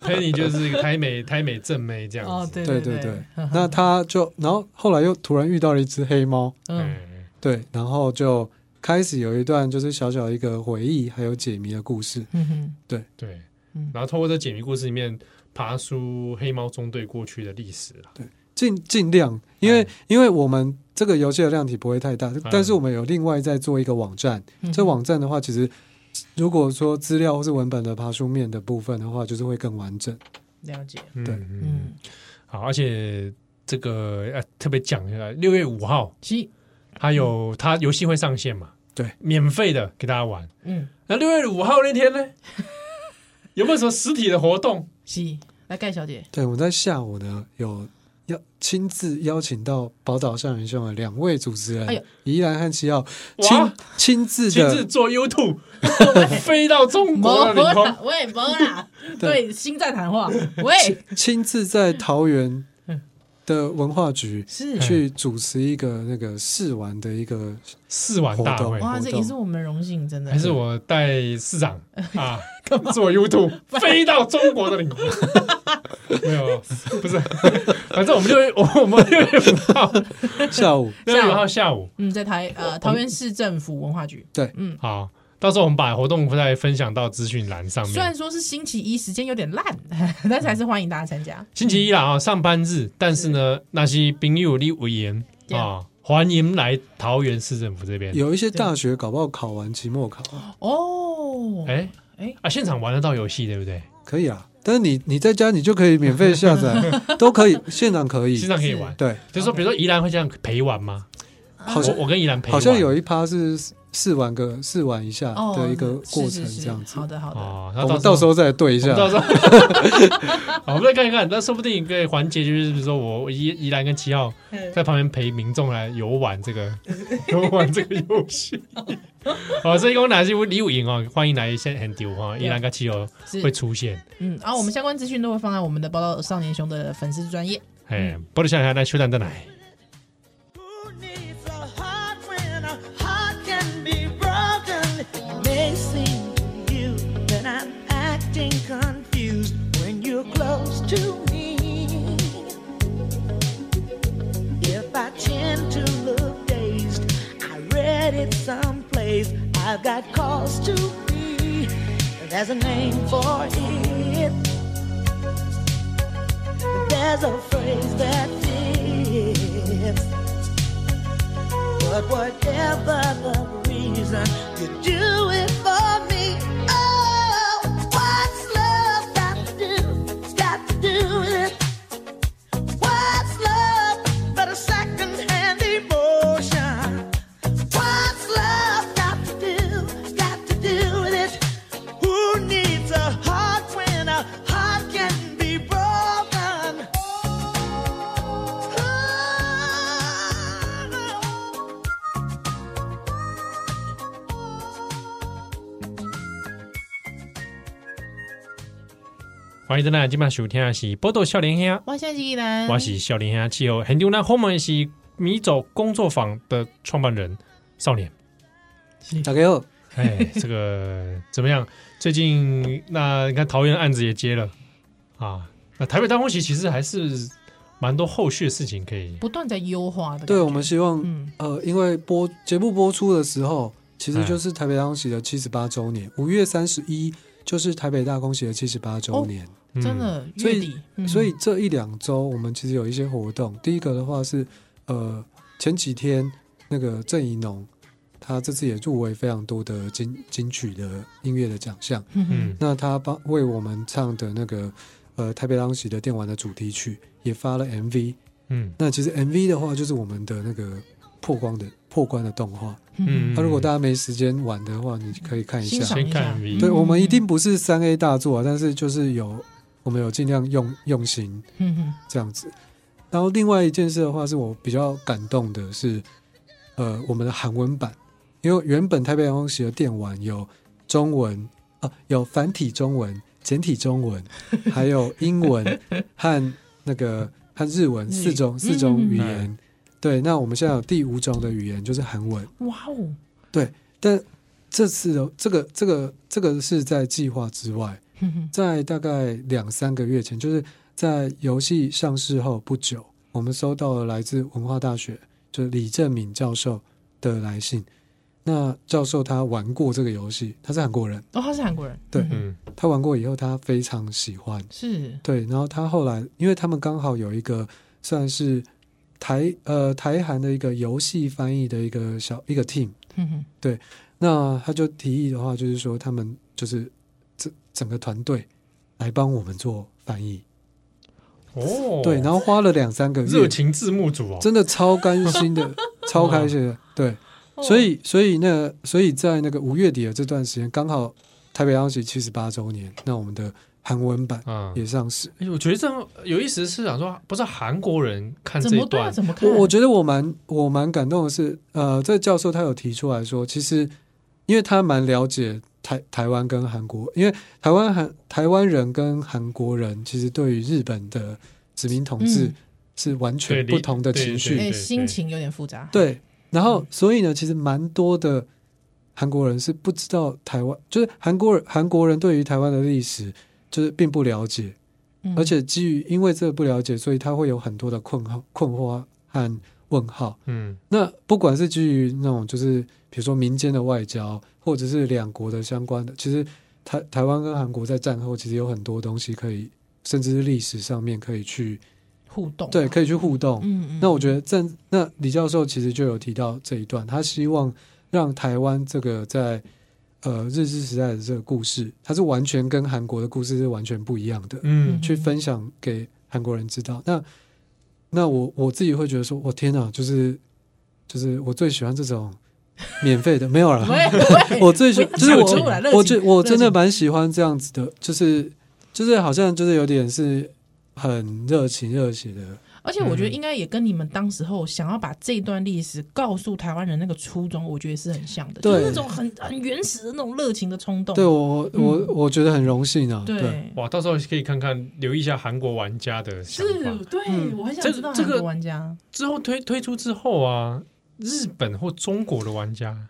Speaker 2: Penny 就是一个台美台美正妹这样子。
Speaker 3: 哦，对
Speaker 4: 对
Speaker 3: 对
Speaker 4: 对对，那他就然后后来又突然遇到了一只黑猫。
Speaker 3: 嗯
Speaker 2: 嗯
Speaker 4: 对，然后就开始有一段就是小小一个回忆，还有解谜的故事。
Speaker 3: 嗯哼
Speaker 2: 对
Speaker 3: 嗯，
Speaker 2: 然后透过这解谜故事里面爬出黑猫中队过去的历史啊啦。
Speaker 4: 尽尽量，因为、因为我们这个游戏的量体不会太大，但是我们有另外在做一个网站。
Speaker 3: 嗯
Speaker 4: 这网站的话，其实如果说资料或是文本的爬书面的部分的话，就是会更完整。
Speaker 3: 了解，
Speaker 2: 嗯
Speaker 4: 对
Speaker 2: 嗯，
Speaker 3: 嗯
Speaker 2: 好，而且这个呃特别讲一下，六月五号
Speaker 3: 七，
Speaker 2: 它有它游戏会上线嘛？
Speaker 4: 嗯对，
Speaker 2: 免费的给大家玩。
Speaker 3: 嗯，
Speaker 2: 那六月五号那天 呢，有没有什么实体的活动？
Speaker 3: 七，来盖小姐，
Speaker 4: 对，我在下午呢有要亲自邀请到宝岛少年兄的两位主持人，
Speaker 3: 哎呦
Speaker 4: 宜兰和七号亲
Speaker 2: 哇
Speaker 4: 亲自
Speaker 2: 亲自
Speaker 4: 的
Speaker 2: 做 YouTube，飞到中国的
Speaker 3: 没
Speaker 2: 领
Speaker 3: 啦
Speaker 2: 空，，
Speaker 3: 喂，没啦，
Speaker 4: 对
Speaker 3: 对，心在谈 话， 喂，
Speaker 4: 亲自在桃园
Speaker 3: 嗯
Speaker 4: 的文化局
Speaker 3: 是
Speaker 4: 去主持一个那个试玩的一个，
Speaker 2: 试玩大
Speaker 4: 活
Speaker 2: 会
Speaker 4: 动。
Speaker 3: 哇，这也是我们的荣幸，真的，
Speaker 2: 还是我带市 长啊，做 YouTube 飞到中国的领 空，没有，不 是，反正我们六月， 我们六月五号，
Speaker 4: 下 午
Speaker 2: 六月五号下午，
Speaker 3: 嗯，在台呃桃园市政府文化局，
Speaker 4: 对
Speaker 3: 嗯，
Speaker 2: 好，到时候我们把活动再分享到资讯栏上
Speaker 3: 虽然
Speaker 2: 面。
Speaker 3: 说是星期一，时间有点烂， 但是还是欢迎大家参加。
Speaker 2: 星期一啦啊，上班日，但是呢，那些朋友你有言
Speaker 3: 对
Speaker 2: 啊，欢迎来桃园市政府这边。
Speaker 4: 有一些大学搞不好考完期末考啊
Speaker 3: 哦，
Speaker 2: 哎
Speaker 3: 哎
Speaker 2: 啊，现场玩得到游戏对不对？
Speaker 4: 可以啊，但是你你在家你就可以免费下 载，都可以，现场可以
Speaker 2: 现，场可以玩，
Speaker 4: 对，
Speaker 2: 就是说，比如说宜兰会这样陪玩吗？
Speaker 4: 好像
Speaker 2: 我我跟宜兰陪玩，
Speaker 4: 好像有一趴是试玩个试玩一下
Speaker 3: 哦
Speaker 4: 的一个
Speaker 3: 是
Speaker 4: 过
Speaker 3: 是
Speaker 4: 程，
Speaker 3: 是
Speaker 4: 这样子
Speaker 3: 好。的，好的，
Speaker 2: 哦，
Speaker 4: 我
Speaker 2: 那
Speaker 4: 们到时候再对一
Speaker 2: 我
Speaker 4: 下
Speaker 2: 们，到时候， 好，我们再看一看，那说不定一个环节就是，比如说我宜宜兰跟七号
Speaker 4: 嗯
Speaker 2: 在旁边陪民众来游玩这 个游玩这个游戏。好，所以讲哪些礼物赢哦，欢迎来现很丢哈，宜兰跟七号
Speaker 3: 是
Speaker 2: 会出现。
Speaker 3: 嗯，啊，我们相关资讯都会放在我们的《报道少年兄》的粉丝专业。
Speaker 2: 哎，不如想想那秋蛋在哪？
Speaker 1: Who needs a heart when a heart can be broken? It may seem to you that I'm acting confused when you're close to me. If I tend to look dazed, I read it someplace. I've got cause to be. There's a name for it. There's a phrase that fits. But whatever the reason, you do it for me. Oh, what's love got to do? It's got to do with it. What's love but a second-hand emotion? What's love got to do? Got to do with it. Who needs a heart when a heart can be broken? Oh,
Speaker 2: 欢迎在那今晚收听的是波豆笑脸兄，
Speaker 3: 哇，现在是依兰，
Speaker 2: 我是笑脸兄气候很丢那后面是米走工作坊的创办人少 年。
Speaker 4: 打给我。
Speaker 2: 哎，这个怎么样？最近那你看桃园案子也接了啊，那台北大空袭其实还是蛮多后续的事情可以。
Speaker 3: 不断在优化的感觉。
Speaker 4: 对，我们希望
Speaker 3: 嗯，
Speaker 4: 呃，因为播节目播出的时候，其实就是台北大空袭的七十八周年，五月三十一就是台北大空袭的七十八周年，
Speaker 2: 嗯
Speaker 3: 真的
Speaker 4: 所
Speaker 3: 月
Speaker 4: 以
Speaker 3: 底，嗯
Speaker 4: 所以这一两周我们其实有一些活动。第一个的话是，呃，前几天那个郑怡农，他这次也入围非常多的金金曲的音乐的奖项，
Speaker 2: 嗯，
Speaker 4: 那他帮为我们唱的那个呃台北大空袭的电玩的主题曲也发了 MV，
Speaker 2: 嗯
Speaker 4: 那其实 MV 的话，就是我们的那个破光的破关的动画。
Speaker 2: 嗯，
Speaker 4: 啊那、如果大家没时间玩的话，你可以看一
Speaker 3: 欣
Speaker 4: 下
Speaker 3: 赏。
Speaker 2: 先
Speaker 3: 一
Speaker 2: 看
Speaker 3: 下，
Speaker 2: MV
Speaker 4: 对，我们一定不是三 A 大作、啊，但是就是有我们有尽量用用心
Speaker 3: 嗯，嗯
Speaker 4: 这样子。然后另外一件事的话，是我比较感动的是，呃，我们的韩文版，因为原本台北洋喜的电玩有中文啊，有繁体中文、简体中文，还有英文和那个和日文四种四种语言。对，那我们现在有第五种的语言就是韩文，
Speaker 3: 嗯哇哦，
Speaker 4: 但这次的这个这个这个是在计划之外，
Speaker 3: 嗯嗯
Speaker 4: 在大概两三个月前，就是在游戏上市后不久，我们收到了来自文化大学就是李正敏教授的来信。那教授他玩过这个游戏，他是韩国人，
Speaker 3: 哦，他是韩国人，
Speaker 4: 对
Speaker 3: 嗯
Speaker 2: 嗯
Speaker 4: 他玩过以后他非常喜欢。
Speaker 3: 是，
Speaker 4: 对，然后他后来，因为他们刚好有一个算是台呃台韩的一个游戏翻译的一个小一个 team，
Speaker 3: 嗯嗯
Speaker 4: 那他就提议的话，就是说他们就是整整个团队来帮我们做翻译。
Speaker 2: 哦，
Speaker 4: 对，然后花了两三个
Speaker 2: 热
Speaker 4: 月，
Speaker 2: 情字幕组哦，
Speaker 4: 真的超甘心的， 超开心的。
Speaker 2: 嗯
Speaker 4: 对，
Speaker 2: 哦
Speaker 4: 所以所以那所以在那个五月底的这段时间，刚好台北央企七十八周年，那我们的韩文版
Speaker 2: 嗯，
Speaker 4: 也上市。
Speaker 2: 哎我觉得这样有意思是想说，不是韩国人看
Speaker 3: 怎
Speaker 2: 这一
Speaker 3: 么对啊？
Speaker 2: 段，
Speaker 3: 怎么看？
Speaker 4: 我我觉得我蛮我蛮感动的是，呃，这个教授他有提出来说，其实因为他蛮了解台台湾跟韩国，因为台湾韩台湾人跟韩国人其实对于日本的殖民统治
Speaker 3: 嗯
Speaker 4: 是完
Speaker 2: 对
Speaker 4: 全
Speaker 2: 理
Speaker 4: 不同的
Speaker 2: 对
Speaker 4: 情绪
Speaker 2: 对，
Speaker 3: 哎，心情有点复杂。，
Speaker 4: 对，然后所以呢，其实蛮多的韩国人是不知道台湾，就是韩国人韩国人对于台湾的历史就是并不了解，
Speaker 3: 嗯
Speaker 4: 而且基于因为这个不了解，所以他会有很多的困惑、困惑和问号。
Speaker 2: 嗯
Speaker 4: 那不管是基于那种就是比如说民间的外交，或者是两国的相关的，其实台台湾跟韩国在战后其实有很多东西可以，甚至是历史上面可以去
Speaker 3: 互动啊，
Speaker 4: 对可以去互动。
Speaker 3: 嗯嗯。
Speaker 4: 那我觉得正那李教授其实就有提到这一段，他希望让台湾这个在呃日治时代的这个故事，它是完全跟韩国的故事是完全不一样的，
Speaker 2: 嗯
Speaker 4: 去分享给韩国人知道。那那我我自己会觉得说，我天哪，就是就是我最喜欢这种免费的，没 有啦，
Speaker 3: 喂喂
Speaker 4: 我最喜就是
Speaker 3: 热情啊热
Speaker 4: 我，我
Speaker 3: 情
Speaker 4: 觉我
Speaker 3: 热
Speaker 4: 真的
Speaker 3: 情
Speaker 4: 蛮喜欢这样子的，就是就是好像就是有点是很热情热血的。
Speaker 3: 而且我觉得应该也跟你们当时候想要把这段历史告诉台湾人那个初衷，我觉得是很像的，就是
Speaker 4: 对
Speaker 3: 那种很很原始的那种热情的冲动。
Speaker 4: 对我我
Speaker 3: 嗯
Speaker 4: 我觉得很荣幸啊，对，
Speaker 3: 对，
Speaker 2: 哇，到时候可以看看留意一下韩国玩家的想法
Speaker 3: 是，。对
Speaker 4: 嗯
Speaker 3: 我很
Speaker 2: 这
Speaker 3: 想
Speaker 2: 个
Speaker 3: 知道
Speaker 2: 这
Speaker 3: 韩
Speaker 2: 个
Speaker 3: 国玩家
Speaker 2: 之后推推出之后啊，日本或中国的玩家，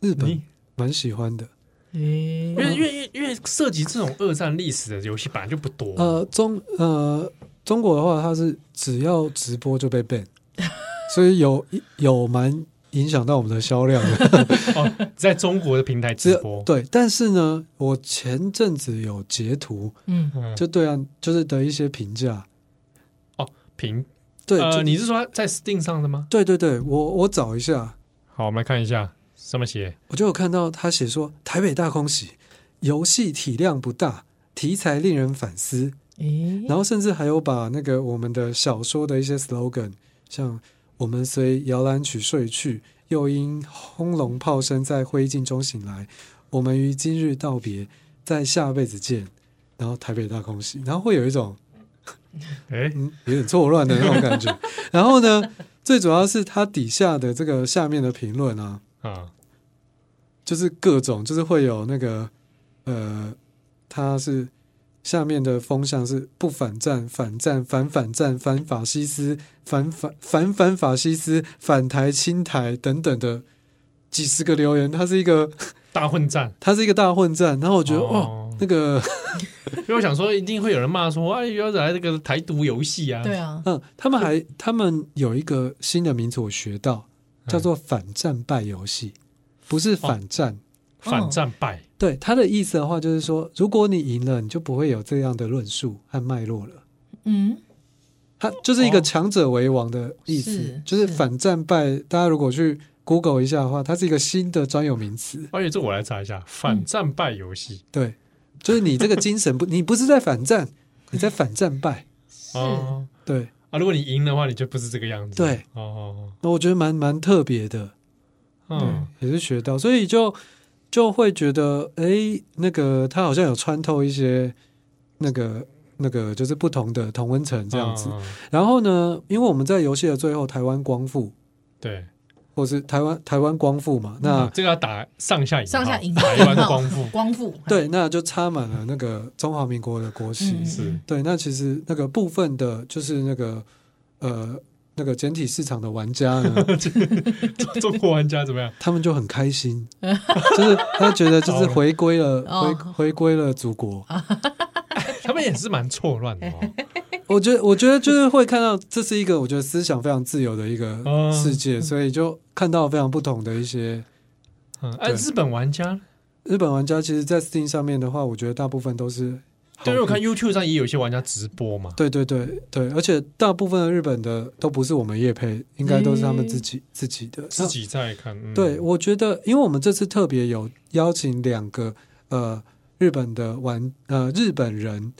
Speaker 4: 日
Speaker 2: 你
Speaker 4: 本蛮喜欢的。
Speaker 3: 诶
Speaker 2: 因为因为因为因为涉及这种二战历史的游戏本来就不多，
Speaker 4: 呃，中呃中国的话，它是只要直播就被 ban，所 以有有蛮影响到我们的销量的。
Speaker 2: 哦，在中国的平台
Speaker 4: 只
Speaker 2: 直
Speaker 4: 有
Speaker 2: 播，
Speaker 4: 对，但是呢，我前阵子有截图，
Speaker 3: 嗯，
Speaker 2: 嗯，
Speaker 4: 就对啊，就是的一些评价，
Speaker 2: 平
Speaker 4: 对，
Speaker 2: 呃，
Speaker 4: 就
Speaker 2: 你是说在 Steam 上的吗？
Speaker 4: 对对对，我我找一下，
Speaker 2: 好，我们来看一下什么写，
Speaker 4: 我就有看到他写说台北大空袭，游戏体量不大，题材令人反思，
Speaker 3: 诶，
Speaker 4: 然后甚至还有把那个我们的小说的一些 slogan，像我们随摇篮曲睡去，又因轰隆炮声在灰烬中醒来，我们于今日道别，在下辈子见。然后台北大空袭，然后会有一种
Speaker 2: 哎，
Speaker 4: 嗯有点错乱的那种感觉。然后呢，最主要是它底下的这个下面的评论啊，
Speaker 2: 啊，
Speaker 4: 就是各种，就是会有那个呃，它是下面的风向是不反战、反战、反反战、反法西斯、反反反反法西斯、反台、亲台等等的几十个留言，它是一个
Speaker 2: 大混战，
Speaker 4: 它是一个大混战。然后我觉得哦，
Speaker 2: 哦，
Speaker 4: 那个
Speaker 2: 因为我想说一定会有人骂说，哎，要来这个台独游戏啊，
Speaker 3: 对，啊，
Speaker 4: 嗯，他们还他们有一个新的名词，我学到
Speaker 3: 嗯
Speaker 4: 叫做反战败游戏，不
Speaker 3: 哦
Speaker 4: 是反战。哦
Speaker 2: 反战败，
Speaker 4: 对他的意思的话，就是说，如果你赢了，你就不会有这样的论述和脉络了。
Speaker 3: 嗯，
Speaker 4: 它就是一个强者为王的意思，
Speaker 3: 哦是
Speaker 4: 就是
Speaker 3: 是
Speaker 4: 反战败。大家如果去 Google 一下的话，它是一个新的专有名词。
Speaker 2: 而且哦这我来查一
Speaker 4: 嗯
Speaker 2: 下，反战败游戏，
Speaker 4: 对，就是你这个精神不， 你不是在反战，你在反战败。
Speaker 3: 是，
Speaker 2: 哦
Speaker 4: 对，
Speaker 2: 啊，如果你赢的话，你就不是这个样子，
Speaker 4: 对，
Speaker 2: 哦哦，
Speaker 4: 那我觉得蛮蛮特别的，
Speaker 2: 哦嗯，
Speaker 4: 也是学到，所以就就会觉得，哎，那个他好像有穿透一些那个那个就是不同的同温层这样子。
Speaker 2: 嗯，嗯
Speaker 4: 然后呢，因为我们在游戏的最后，台湾光复，
Speaker 2: 对，
Speaker 4: 或是台湾台湾光复嘛，那。
Speaker 2: 嗯
Speaker 3: 嗯
Speaker 2: 这个要打上下引号，
Speaker 3: 上下引号，
Speaker 2: 台湾光复
Speaker 3: 光复，
Speaker 4: 对，那就插满了那个中华民国的国旗。
Speaker 3: 嗯
Speaker 2: 是，
Speaker 4: 对，那其实那个部分的，就是那个呃那个简体市场的玩 家呢，
Speaker 2: 中国玩家怎么样？
Speaker 4: 他们就很开心，就是他觉得就是回归了
Speaker 3: 哦
Speaker 4: 回回归了祖国。
Speaker 2: 他们也是蛮错乱 的哦，
Speaker 4: 我觉得我觉得就是会看到这是一个我觉得思想非常自由的一个
Speaker 2: 嗯
Speaker 4: 世界，所以就看到非常不同的一些。
Speaker 2: 嗯，哎，
Speaker 4: 对
Speaker 2: 日本玩家呢
Speaker 4: 日本玩家其实，在 Steam 上面的话，我觉得大部分都是好
Speaker 2: 对，因为我
Speaker 4: 评
Speaker 2: 看 YouTube 上也有一些玩家直播嘛，
Speaker 4: 对对对对，而且大部分的日本的都不是我们业配，应该都是他们自己、自己的
Speaker 2: 自。己在看。嗯、
Speaker 4: 那对，我觉得，因为我们这次特别有邀请两个呃日本的玩呃日本人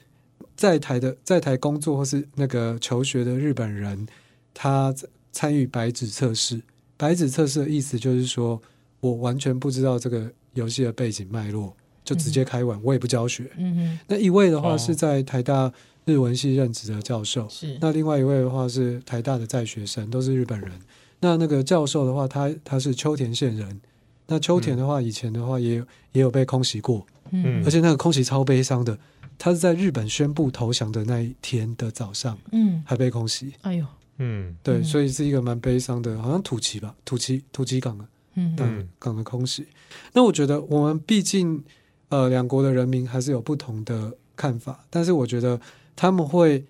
Speaker 4: 在台的在台工作或是那个求学的日本人，他参与白纸测试。白纸测试的意思就是说，我完全不知道这个游戏的背景脉络，就直接开玩，我也不教学。
Speaker 3: 嗯
Speaker 4: 那一位的话
Speaker 2: 嗯哦
Speaker 4: 是在台大日文系任职的教授
Speaker 3: 哼，，是，
Speaker 4: 那另外一位的话是台大的在学生，都是日本人。那那个教授的话，他他是秋田县人。那秋田的话，以前的话也有也有被空袭过，
Speaker 3: 嗯
Speaker 4: 而且那个空袭超悲伤的。他是在日本宣布投降的那一天的早上，
Speaker 3: 嗯，
Speaker 4: 还被空袭。
Speaker 3: 哎呦，
Speaker 2: 嗯
Speaker 4: 对，
Speaker 3: 嗯
Speaker 4: 所以是一个蛮悲伤的，好像土岐吧，土岐土岐港啊，
Speaker 2: 嗯
Speaker 3: 嗯
Speaker 4: 港港的空袭。那我觉得我们毕竟呃两国的人民还是有不同的看法，但是我觉得他们会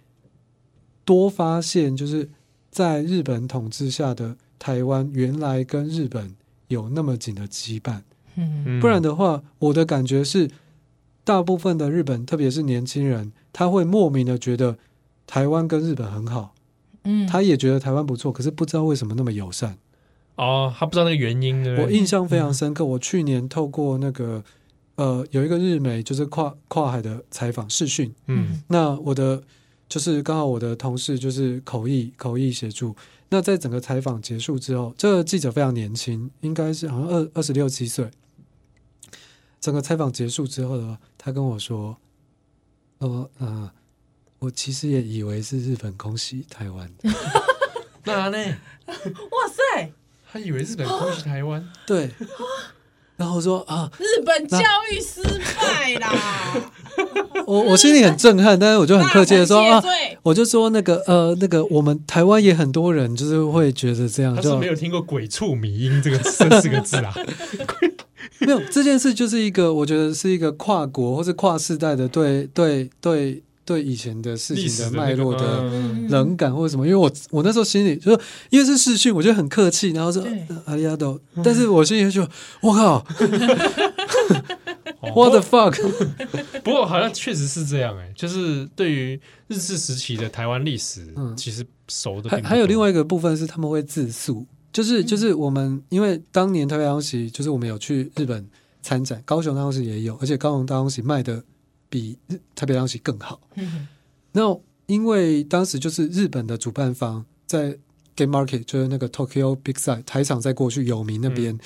Speaker 4: 多发现，就是在日本统治下的台湾原来跟日本有那么紧的羁绊。
Speaker 3: 嗯
Speaker 2: 嗯，
Speaker 4: 不然的话，我的感觉是，大部分的日本，特别是年轻人，他会莫名的觉得台湾跟日本很好，
Speaker 3: 嗯，
Speaker 4: 他也觉得台湾不错，可是不知道为什么那么友善。
Speaker 2: 哦，他不知道那个原因，对不
Speaker 4: 我
Speaker 2: 对
Speaker 4: 印象非常深刻，我去年透过那个呃有一个日媒就是跨跨海的采访视讯，
Speaker 2: 嗯
Speaker 4: 那我的就是刚好我的同事就是口译口译协助。那在整个采访结束之后，这个记者非常年轻，应该是好像二二十六七岁。整个采访结束之后的话，他跟我说：“呃呃，我其实也以为是日本空袭台湾，
Speaker 2: 那呢？
Speaker 3: 哇塞，
Speaker 2: 他以为日本空袭台 湾，
Speaker 4: 对。”然后我说啊，
Speaker 3: 日本教育失败啦，
Speaker 4: 我我心里很震撼，但是我就 很客气的说
Speaker 3: 大
Speaker 4: 啊
Speaker 3: 臣谢，罪
Speaker 4: 我就说那个呃那个我们台湾也很多人就是会觉得这样，
Speaker 2: 他
Speaker 4: 就是
Speaker 2: 没有听过“鬼畜迷音” 这个这四个字 啊。
Speaker 4: 没有这件事，就是一个我觉得是一个跨国或是跨世代的对对对对以前的事
Speaker 2: 历
Speaker 4: 情
Speaker 2: 史
Speaker 4: 的
Speaker 2: 的那
Speaker 4: 脉
Speaker 2: 个
Speaker 4: 络的
Speaker 3: 嗯
Speaker 4: 冷感或者什么。因为我我那时候心里就是因为是视讯，我就很客气，然后说
Speaker 3: 对
Speaker 4: 呃阿里亚多，但是我心里就 我靠
Speaker 2: 哦
Speaker 4: ，what the fuck！
Speaker 2: 不过好像确实是这样哎、就是对于日治时期的台湾历史，
Speaker 4: 嗯
Speaker 2: 其实熟的
Speaker 4: 还还有另外一个部分是他们会自诉，就是就是我们因为当年台北大空袭，就是我们有去日本参展，高雄大空袭也有，而且高雄大空袭卖的比日台北大空袭更好。
Speaker 3: 嗯
Speaker 4: 那因为当时就是日本的主办方在 Game Market，就是那个 Tokyo Big Side 台场，在过去有名那边，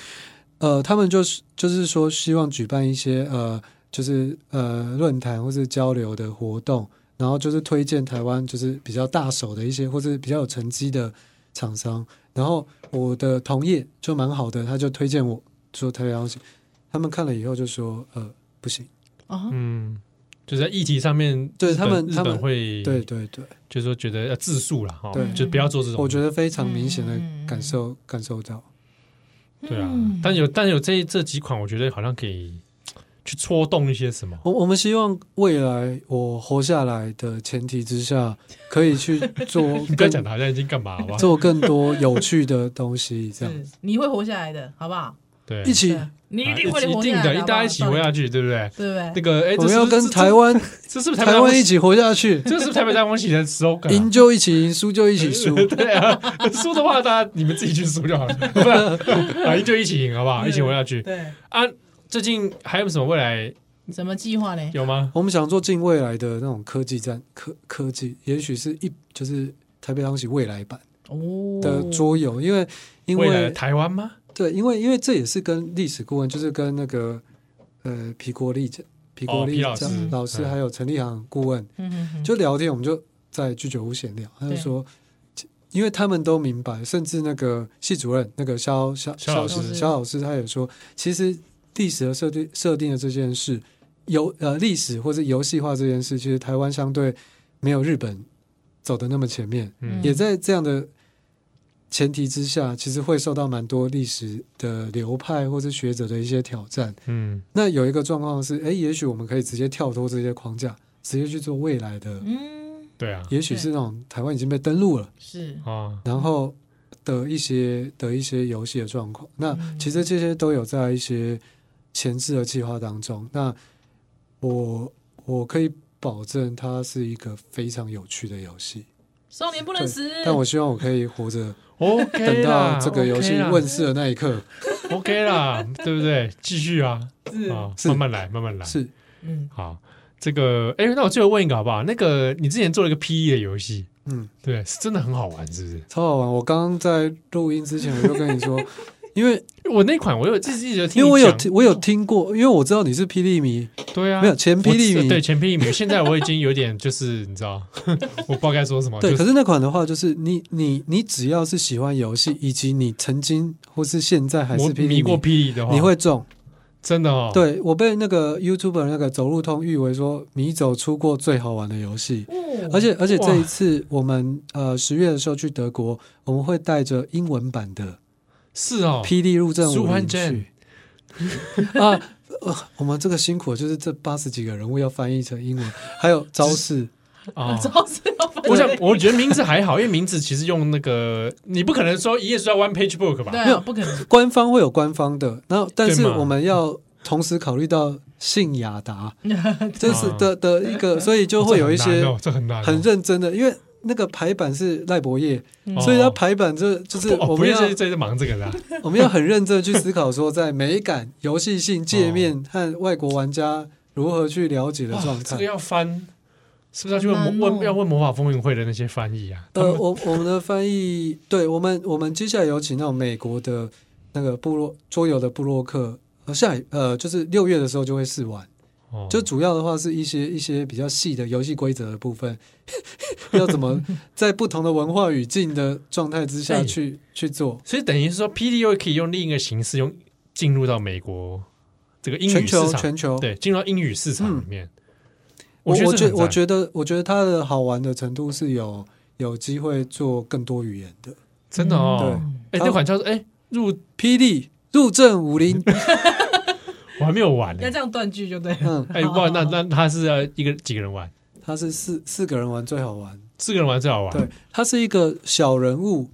Speaker 4: 呃，他们就是就是说希望举办一些呃，就是呃论坛或是交流的活动，然后就是推荐台湾就是比较大手的一些或是比较有成绩的厂商。然后我的同业就蛮好的，他就推荐我说台湾，他们看了以后就说呃不行，
Speaker 3: 啊，
Speaker 2: 嗯，就是在议题上面，
Speaker 4: 对
Speaker 2: 日本
Speaker 4: 他们
Speaker 2: 日
Speaker 4: 他
Speaker 2: 本
Speaker 4: 们
Speaker 2: 会
Speaker 4: 对，对对。
Speaker 2: 就是说觉得要自述了哈，
Speaker 4: 对
Speaker 2: 就不要做这种，
Speaker 3: 嗯
Speaker 4: 我觉得非常明显的感受、感受到。
Speaker 2: 对啊
Speaker 3: 嗯，
Speaker 2: 但有但有这这几款，我觉得好像可以去戳动一些什么，
Speaker 4: 我我们希望未来我活下来的前提之下，可以去 做
Speaker 2: 你不要
Speaker 4: 更
Speaker 2: 讲的好像已经干嘛 好不好？
Speaker 4: 做更多有趣的东西，这样
Speaker 3: 是你会活下来的，好不好？
Speaker 2: 对，
Speaker 4: 一起
Speaker 3: 对。啊你一
Speaker 2: 啊
Speaker 3: 定会
Speaker 2: 一
Speaker 3: 活
Speaker 2: 定
Speaker 3: 下来
Speaker 2: 的，
Speaker 3: 好不
Speaker 2: 一
Speaker 3: 好
Speaker 2: 大家一起活下去，对不对？
Speaker 3: 对不
Speaker 2: 那
Speaker 3: 对？
Speaker 2: 个，哎，
Speaker 4: 我
Speaker 2: 这
Speaker 4: 们
Speaker 2: 是
Speaker 4: 要跟台，湾
Speaker 2: 这是不是这是不是
Speaker 4: 台湾一
Speaker 2: 起？
Speaker 4: 起活 下去，
Speaker 2: 这是不是台北大空袭的 slogan？啊
Speaker 4: 赢就一起赢，输就一起 输。
Speaker 2: 对啊，输的话大家你们自己去输就好了，不然 啊，赢就一起赢，好不好？一起活下去
Speaker 3: 对，
Speaker 2: 啊！最近还有什么未来
Speaker 3: 什么计划嘞？
Speaker 2: 有吗？
Speaker 4: 我们想做近未来的那种科技战，科科技也许是一就是台北当起未来版
Speaker 3: 哦，
Speaker 4: 的桌游，因为因
Speaker 2: 未来的
Speaker 4: 为
Speaker 2: 台湾吗？
Speaker 4: 对，因为因为这也是跟历史顾问，就是跟那个呃皮国立讲皮国
Speaker 2: 哦
Speaker 4: 立
Speaker 2: 皮老师
Speaker 4: 讲老师
Speaker 2: 嗯
Speaker 4: 还有陈立航顾问。
Speaker 3: 嗯哼哼
Speaker 4: 就聊天，我们就在居酒屋闲聊，他就说，因为他们都明白，甚至那个系主任那个肖肖
Speaker 2: 肖老
Speaker 3: 师
Speaker 4: 肖老师他也说，其实历史的设定设定的这件事，游呃历史或者游戏化这件事，其实台湾相对没有日本走的那么前面，
Speaker 2: 嗯
Speaker 4: 也在这样的。前提之下，其实会受到蛮多历史的流派或者学者的一些挑战。
Speaker 2: 嗯
Speaker 4: 那有一个状况是，哎，也许我们可以直接跳脱这些框架，直接去做未来的
Speaker 3: 嗯，
Speaker 2: 对啊，
Speaker 4: 也许是那种台湾已经被登录了，
Speaker 3: 是
Speaker 2: 啊，
Speaker 4: 然后的一些的一些游戏的状况。那
Speaker 3: 嗯
Speaker 4: 其实这些都有在一些前置的计划当中。那我我可以保证，它是一个非常有趣的游戏。
Speaker 3: 少年不能
Speaker 4: 对
Speaker 3: 死，，
Speaker 4: 但我希望我可以活着，
Speaker 2: OK
Speaker 4: 等
Speaker 2: 嗯啦
Speaker 4: 到这个游戏
Speaker 2: OK 啦
Speaker 4: 问世的那一刻。
Speaker 2: OK 啦，对不对？继续啊，啊，
Speaker 3: 是
Speaker 2: 慢慢来，慢慢来，
Speaker 4: 是，
Speaker 3: 嗯
Speaker 2: 好。这个，哎、那我最后问一个好不好？那个你之前做了一个 PE 的游戏，
Speaker 4: 嗯，
Speaker 2: 对，是真的很好玩，是不是？
Speaker 4: 超好玩。我刚刚在录音之前我就跟你 说，因为
Speaker 2: 我那款我有自己有听
Speaker 4: 因
Speaker 2: 你
Speaker 4: 为我有
Speaker 2: 讲
Speaker 4: 听我有听过，因为我知道你是霹雳迷，
Speaker 2: 对啊，
Speaker 4: 没有前霹雳
Speaker 2: 我
Speaker 4: 迷
Speaker 2: 对前霹雳迷，现在我已经有点就是 你知道，我不知道该说什么，
Speaker 4: 对，
Speaker 2: 就
Speaker 4: 可
Speaker 2: 是
Speaker 4: 是那款的话，就是你你你只要是喜欢游戏，以及你曾经或是现在还是
Speaker 2: 我
Speaker 4: 霹雳
Speaker 2: 迷过
Speaker 4: 迷，
Speaker 2: 霹雳的话，
Speaker 4: 你会中。
Speaker 2: 真的哦，，
Speaker 4: 对我被那个 YouTuber 那个走路通誉为说迷走出过最好玩的游戏，
Speaker 3: 哦，
Speaker 4: 而且而且
Speaker 2: 哇
Speaker 4: 这一次我们呃十月的时候去德国，我们会带着英文版的
Speaker 2: 是哦
Speaker 4: 《
Speaker 2: ，P
Speaker 4: 霹雳入阵
Speaker 2: 舒
Speaker 4: 武
Speaker 2: 欢
Speaker 4: 林去
Speaker 2: 镇》
Speaker 4: 啊。呃我们这个辛苦，就是这八十几个人物要翻译成英文，还有招式，
Speaker 2: 啊。
Speaker 3: 招式要分
Speaker 2: 我想，我觉得名字还好，因为名字其实用那个，你不可能说一页需要 one page book 吧？
Speaker 3: 对
Speaker 4: 没
Speaker 3: 啊，
Speaker 4: 有
Speaker 3: 不可 能，
Speaker 4: 官方会有官方的，然后但是
Speaker 2: 对嘛
Speaker 4: 我们要同时考虑到信 雅达，这是
Speaker 2: 啊
Speaker 4: 的的一 个，所以就会有一些
Speaker 2: 这很难哦，这很难
Speaker 4: 很
Speaker 2: 哦。
Speaker 4: 认真的，因为那个排版是赖博业，
Speaker 2: 哦
Speaker 4: 所以他排版这就是
Speaker 2: 不哦
Speaker 4: 我
Speaker 2: 不
Speaker 4: 们
Speaker 2: 要
Speaker 4: 要
Speaker 2: 在在忙这个啦。
Speaker 4: 我们要很认真地去思考说，在美感、游戏性、界面和外国玩家如何去了解的
Speaker 2: 哇
Speaker 4: 状
Speaker 2: 啊这
Speaker 4: 态
Speaker 2: 个。要翻，是不是要去问
Speaker 3: 好难
Speaker 2: 魔
Speaker 3: 哦
Speaker 2: 问要问魔法风云会的那些翻译啊？
Speaker 4: 呃，我我们的翻译，对我们 我们接下来有请那种美国的那个部落桌游的部落客，呃，下一呃就是六月的时候就会试玩。
Speaker 2: 哦，
Speaker 4: 就主要的话是一些一些比较细的游戏规则的部分， 要 怎么在不同的文化语境的状态之下
Speaker 2: 哎
Speaker 4: 去、去做。
Speaker 2: 所以等于是说，P D U 可以用另一个形式用进入到美国这个英
Speaker 4: 全
Speaker 2: 语
Speaker 4: 球
Speaker 2: 市场，
Speaker 4: 全球，
Speaker 2: 对，进入到英语市场里面。
Speaker 4: 我
Speaker 2: 觉
Speaker 4: 我
Speaker 2: 得这
Speaker 4: 觉
Speaker 2: 很赞
Speaker 4: 我觉得我觉得它的好玩的程度是有有机会做更多语言的。
Speaker 2: 真的哦，
Speaker 3: 嗯
Speaker 2: 哎，那款叫做哎入，
Speaker 4: 霹雳入阵 武林，
Speaker 2: 我还没有玩呢
Speaker 3: 要。这样断句就对了。
Speaker 4: 嗯，
Speaker 2: 哎，哇，那那他是要一个几个人玩？
Speaker 4: 它是四四个人玩最好玩。
Speaker 2: 四个人玩最好玩。
Speaker 4: 对，它是一个小人物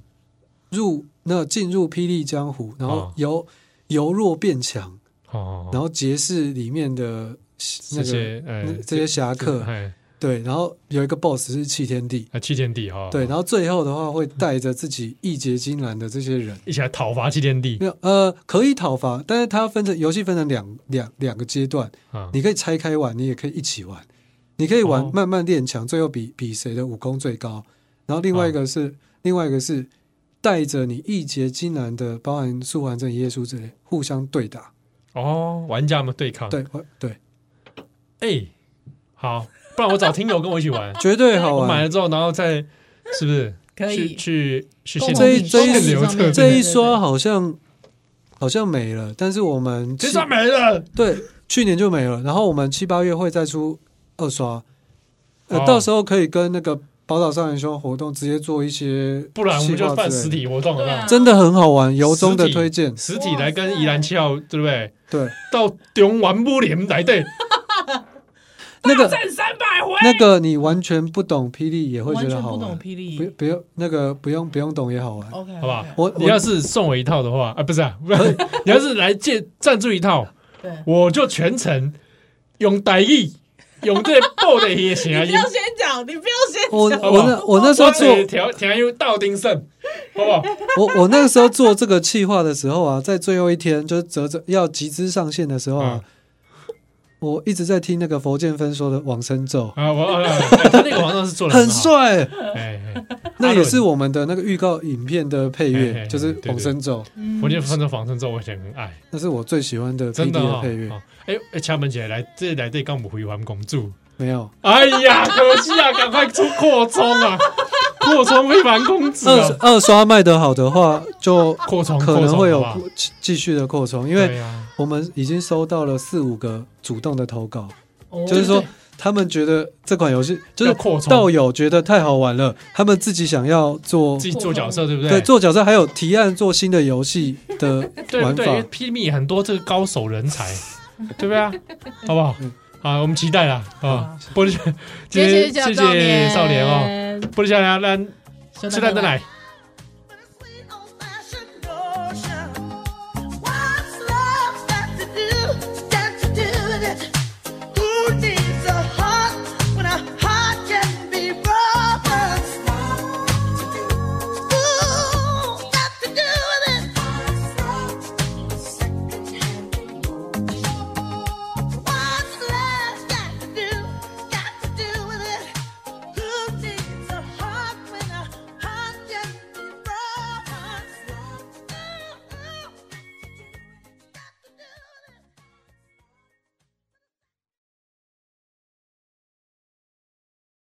Speaker 4: 入那进入霹雳江湖，然后
Speaker 2: 哦
Speaker 4: 由、由弱变强，
Speaker 2: 哦，
Speaker 4: 然后结识里面的
Speaker 2: 这
Speaker 4: 那个
Speaker 2: 些呃
Speaker 4: 那这些侠客，
Speaker 2: 哎，
Speaker 4: 对，然后有一个 BOSS 是弃天帝，
Speaker 2: 啊，七天地哈，
Speaker 4: 对，然后最后的话会带着自己义结金兰的这些人，
Speaker 2: 一起来讨伐七天地
Speaker 4: 没有呃可以讨伐，但是它分成游戏分成两两两个阶段，
Speaker 2: 啊，
Speaker 4: 你可以拆开玩，你也可以一起玩，你可以玩、
Speaker 2: 哦
Speaker 4: 慢慢练强，最后比比谁的武功最高，然后另外一个是、另外一个是带着你义结金兰的，包含素还真、耶稣之类互相对打，
Speaker 2: 哦，玩家们对抗，
Speaker 4: 对我对，，
Speaker 2: 哎，好，不然我找听友跟我一起玩
Speaker 4: 绝对好
Speaker 2: 我买
Speaker 4: 玩。
Speaker 2: 了之后，然后再是不是
Speaker 3: 可以
Speaker 2: 去去去现
Speaker 3: 共
Speaker 4: 这一
Speaker 3: 鸣
Speaker 4: 这一
Speaker 3: 共鸣
Speaker 2: 流
Speaker 3: 上
Speaker 2: 程
Speaker 3: 面
Speaker 4: 这
Speaker 3: 对
Speaker 4: 一刷好像好像没了，但是我们
Speaker 2: 这
Speaker 4: 七
Speaker 2: 算没了，
Speaker 4: 对，去年就没了。然后我们七八月会再出二刷，呃，
Speaker 2: 哦
Speaker 4: 到时候可以跟那个宝岛少年兄活动直接做一些计划之类的，
Speaker 2: 不然我们就办实体活动
Speaker 3: 对
Speaker 2: 了
Speaker 3: 啊。
Speaker 4: 真的很好玩，由衷的
Speaker 2: 实体
Speaker 4: 推荐。
Speaker 2: 实体来跟宜兰七号，对不对？
Speaker 4: 对，
Speaker 2: 到中完不连来对，
Speaker 3: 对
Speaker 4: 那
Speaker 3: 对
Speaker 4: 个
Speaker 3: 战三百回，
Speaker 4: 那个你完全不懂霹雳也会觉
Speaker 3: 完
Speaker 4: 得
Speaker 3: 全
Speaker 4: 好
Speaker 3: 不懂
Speaker 4: 玩，
Speaker 3: 霹
Speaker 4: 不
Speaker 3: 雳。
Speaker 4: 不用那个不用不用懂也好玩。
Speaker 3: OK，
Speaker 2: 好不好
Speaker 4: 我
Speaker 2: 哦你要
Speaker 4: 我
Speaker 2: 是送我一套的话，啊，不是啊，不是，你要是来借赞助一套，
Speaker 3: 对，
Speaker 2: 我就全程用台语，用这爆的也行啊，
Speaker 3: 你不要先讲，你不要先
Speaker 4: 我
Speaker 3: 讲。
Speaker 2: 好
Speaker 4: 我那我那时候做
Speaker 2: 调调用道丁胜，好不好？
Speaker 4: 我我那个时候做这个企划的时候啊，在最后一天就是折折要集资上线的时候
Speaker 2: 嗯
Speaker 4: 啊，我一直在听那个佛剑分说的往生咒，
Speaker 2: 啊，我啊啊啊他那个黄豆是做的
Speaker 4: 很
Speaker 2: 帅，
Speaker 4: 帅、
Speaker 2: 哎，哎
Speaker 4: 那也是
Speaker 2: 阿伦
Speaker 4: 我们的那个预告影片的配
Speaker 2: 嘿嘿
Speaker 4: 乐，
Speaker 2: 嘿
Speaker 4: 就是
Speaker 2: 对对
Speaker 4: 往生咒，
Speaker 2: 我就分成仿生之后，我以前很爱。
Speaker 4: 那是我最喜欢的 P D
Speaker 2: 真的
Speaker 4: 的
Speaker 2: 哈、
Speaker 4: 配乐
Speaker 2: 哦。。哎、哎敲门起来，来这来这刚不回还公主。
Speaker 4: 没有
Speaker 2: 哎呀，可惜啊，赶快出扩充啊，扩充非凡公子
Speaker 4: 二
Speaker 2: 啊，
Speaker 4: 二刷卖得好的话，就
Speaker 2: 扩充
Speaker 4: 可能会有
Speaker 2: 扩充好不好
Speaker 4: 继继续的扩充，因
Speaker 2: 对
Speaker 4: 为
Speaker 2: 啊，
Speaker 4: 我们已经收到了四五个主动的投稿，
Speaker 3: 哦
Speaker 4: 就是说他们觉得这款游戏就
Speaker 2: 要扩
Speaker 4: 是
Speaker 2: 充
Speaker 4: 道友觉得太好玩了，他们自己想要做
Speaker 2: 自。己做角色对不对？
Speaker 4: 对，做角色还有提案做新的游戏 的
Speaker 2: 对不
Speaker 4: 玩
Speaker 2: 对？因为
Speaker 4: 法，
Speaker 2: P 米很多这个高手人 才，对不对啊？好不好？
Speaker 4: 嗯
Speaker 2: 好，我们期待啦啊！玻璃，今
Speaker 3: 谢
Speaker 2: 天谢
Speaker 3: 谢
Speaker 2: 谢少年哦，
Speaker 3: 哦，
Speaker 2: 玻璃少年啊，那
Speaker 3: 现
Speaker 2: 吃蛋的奶，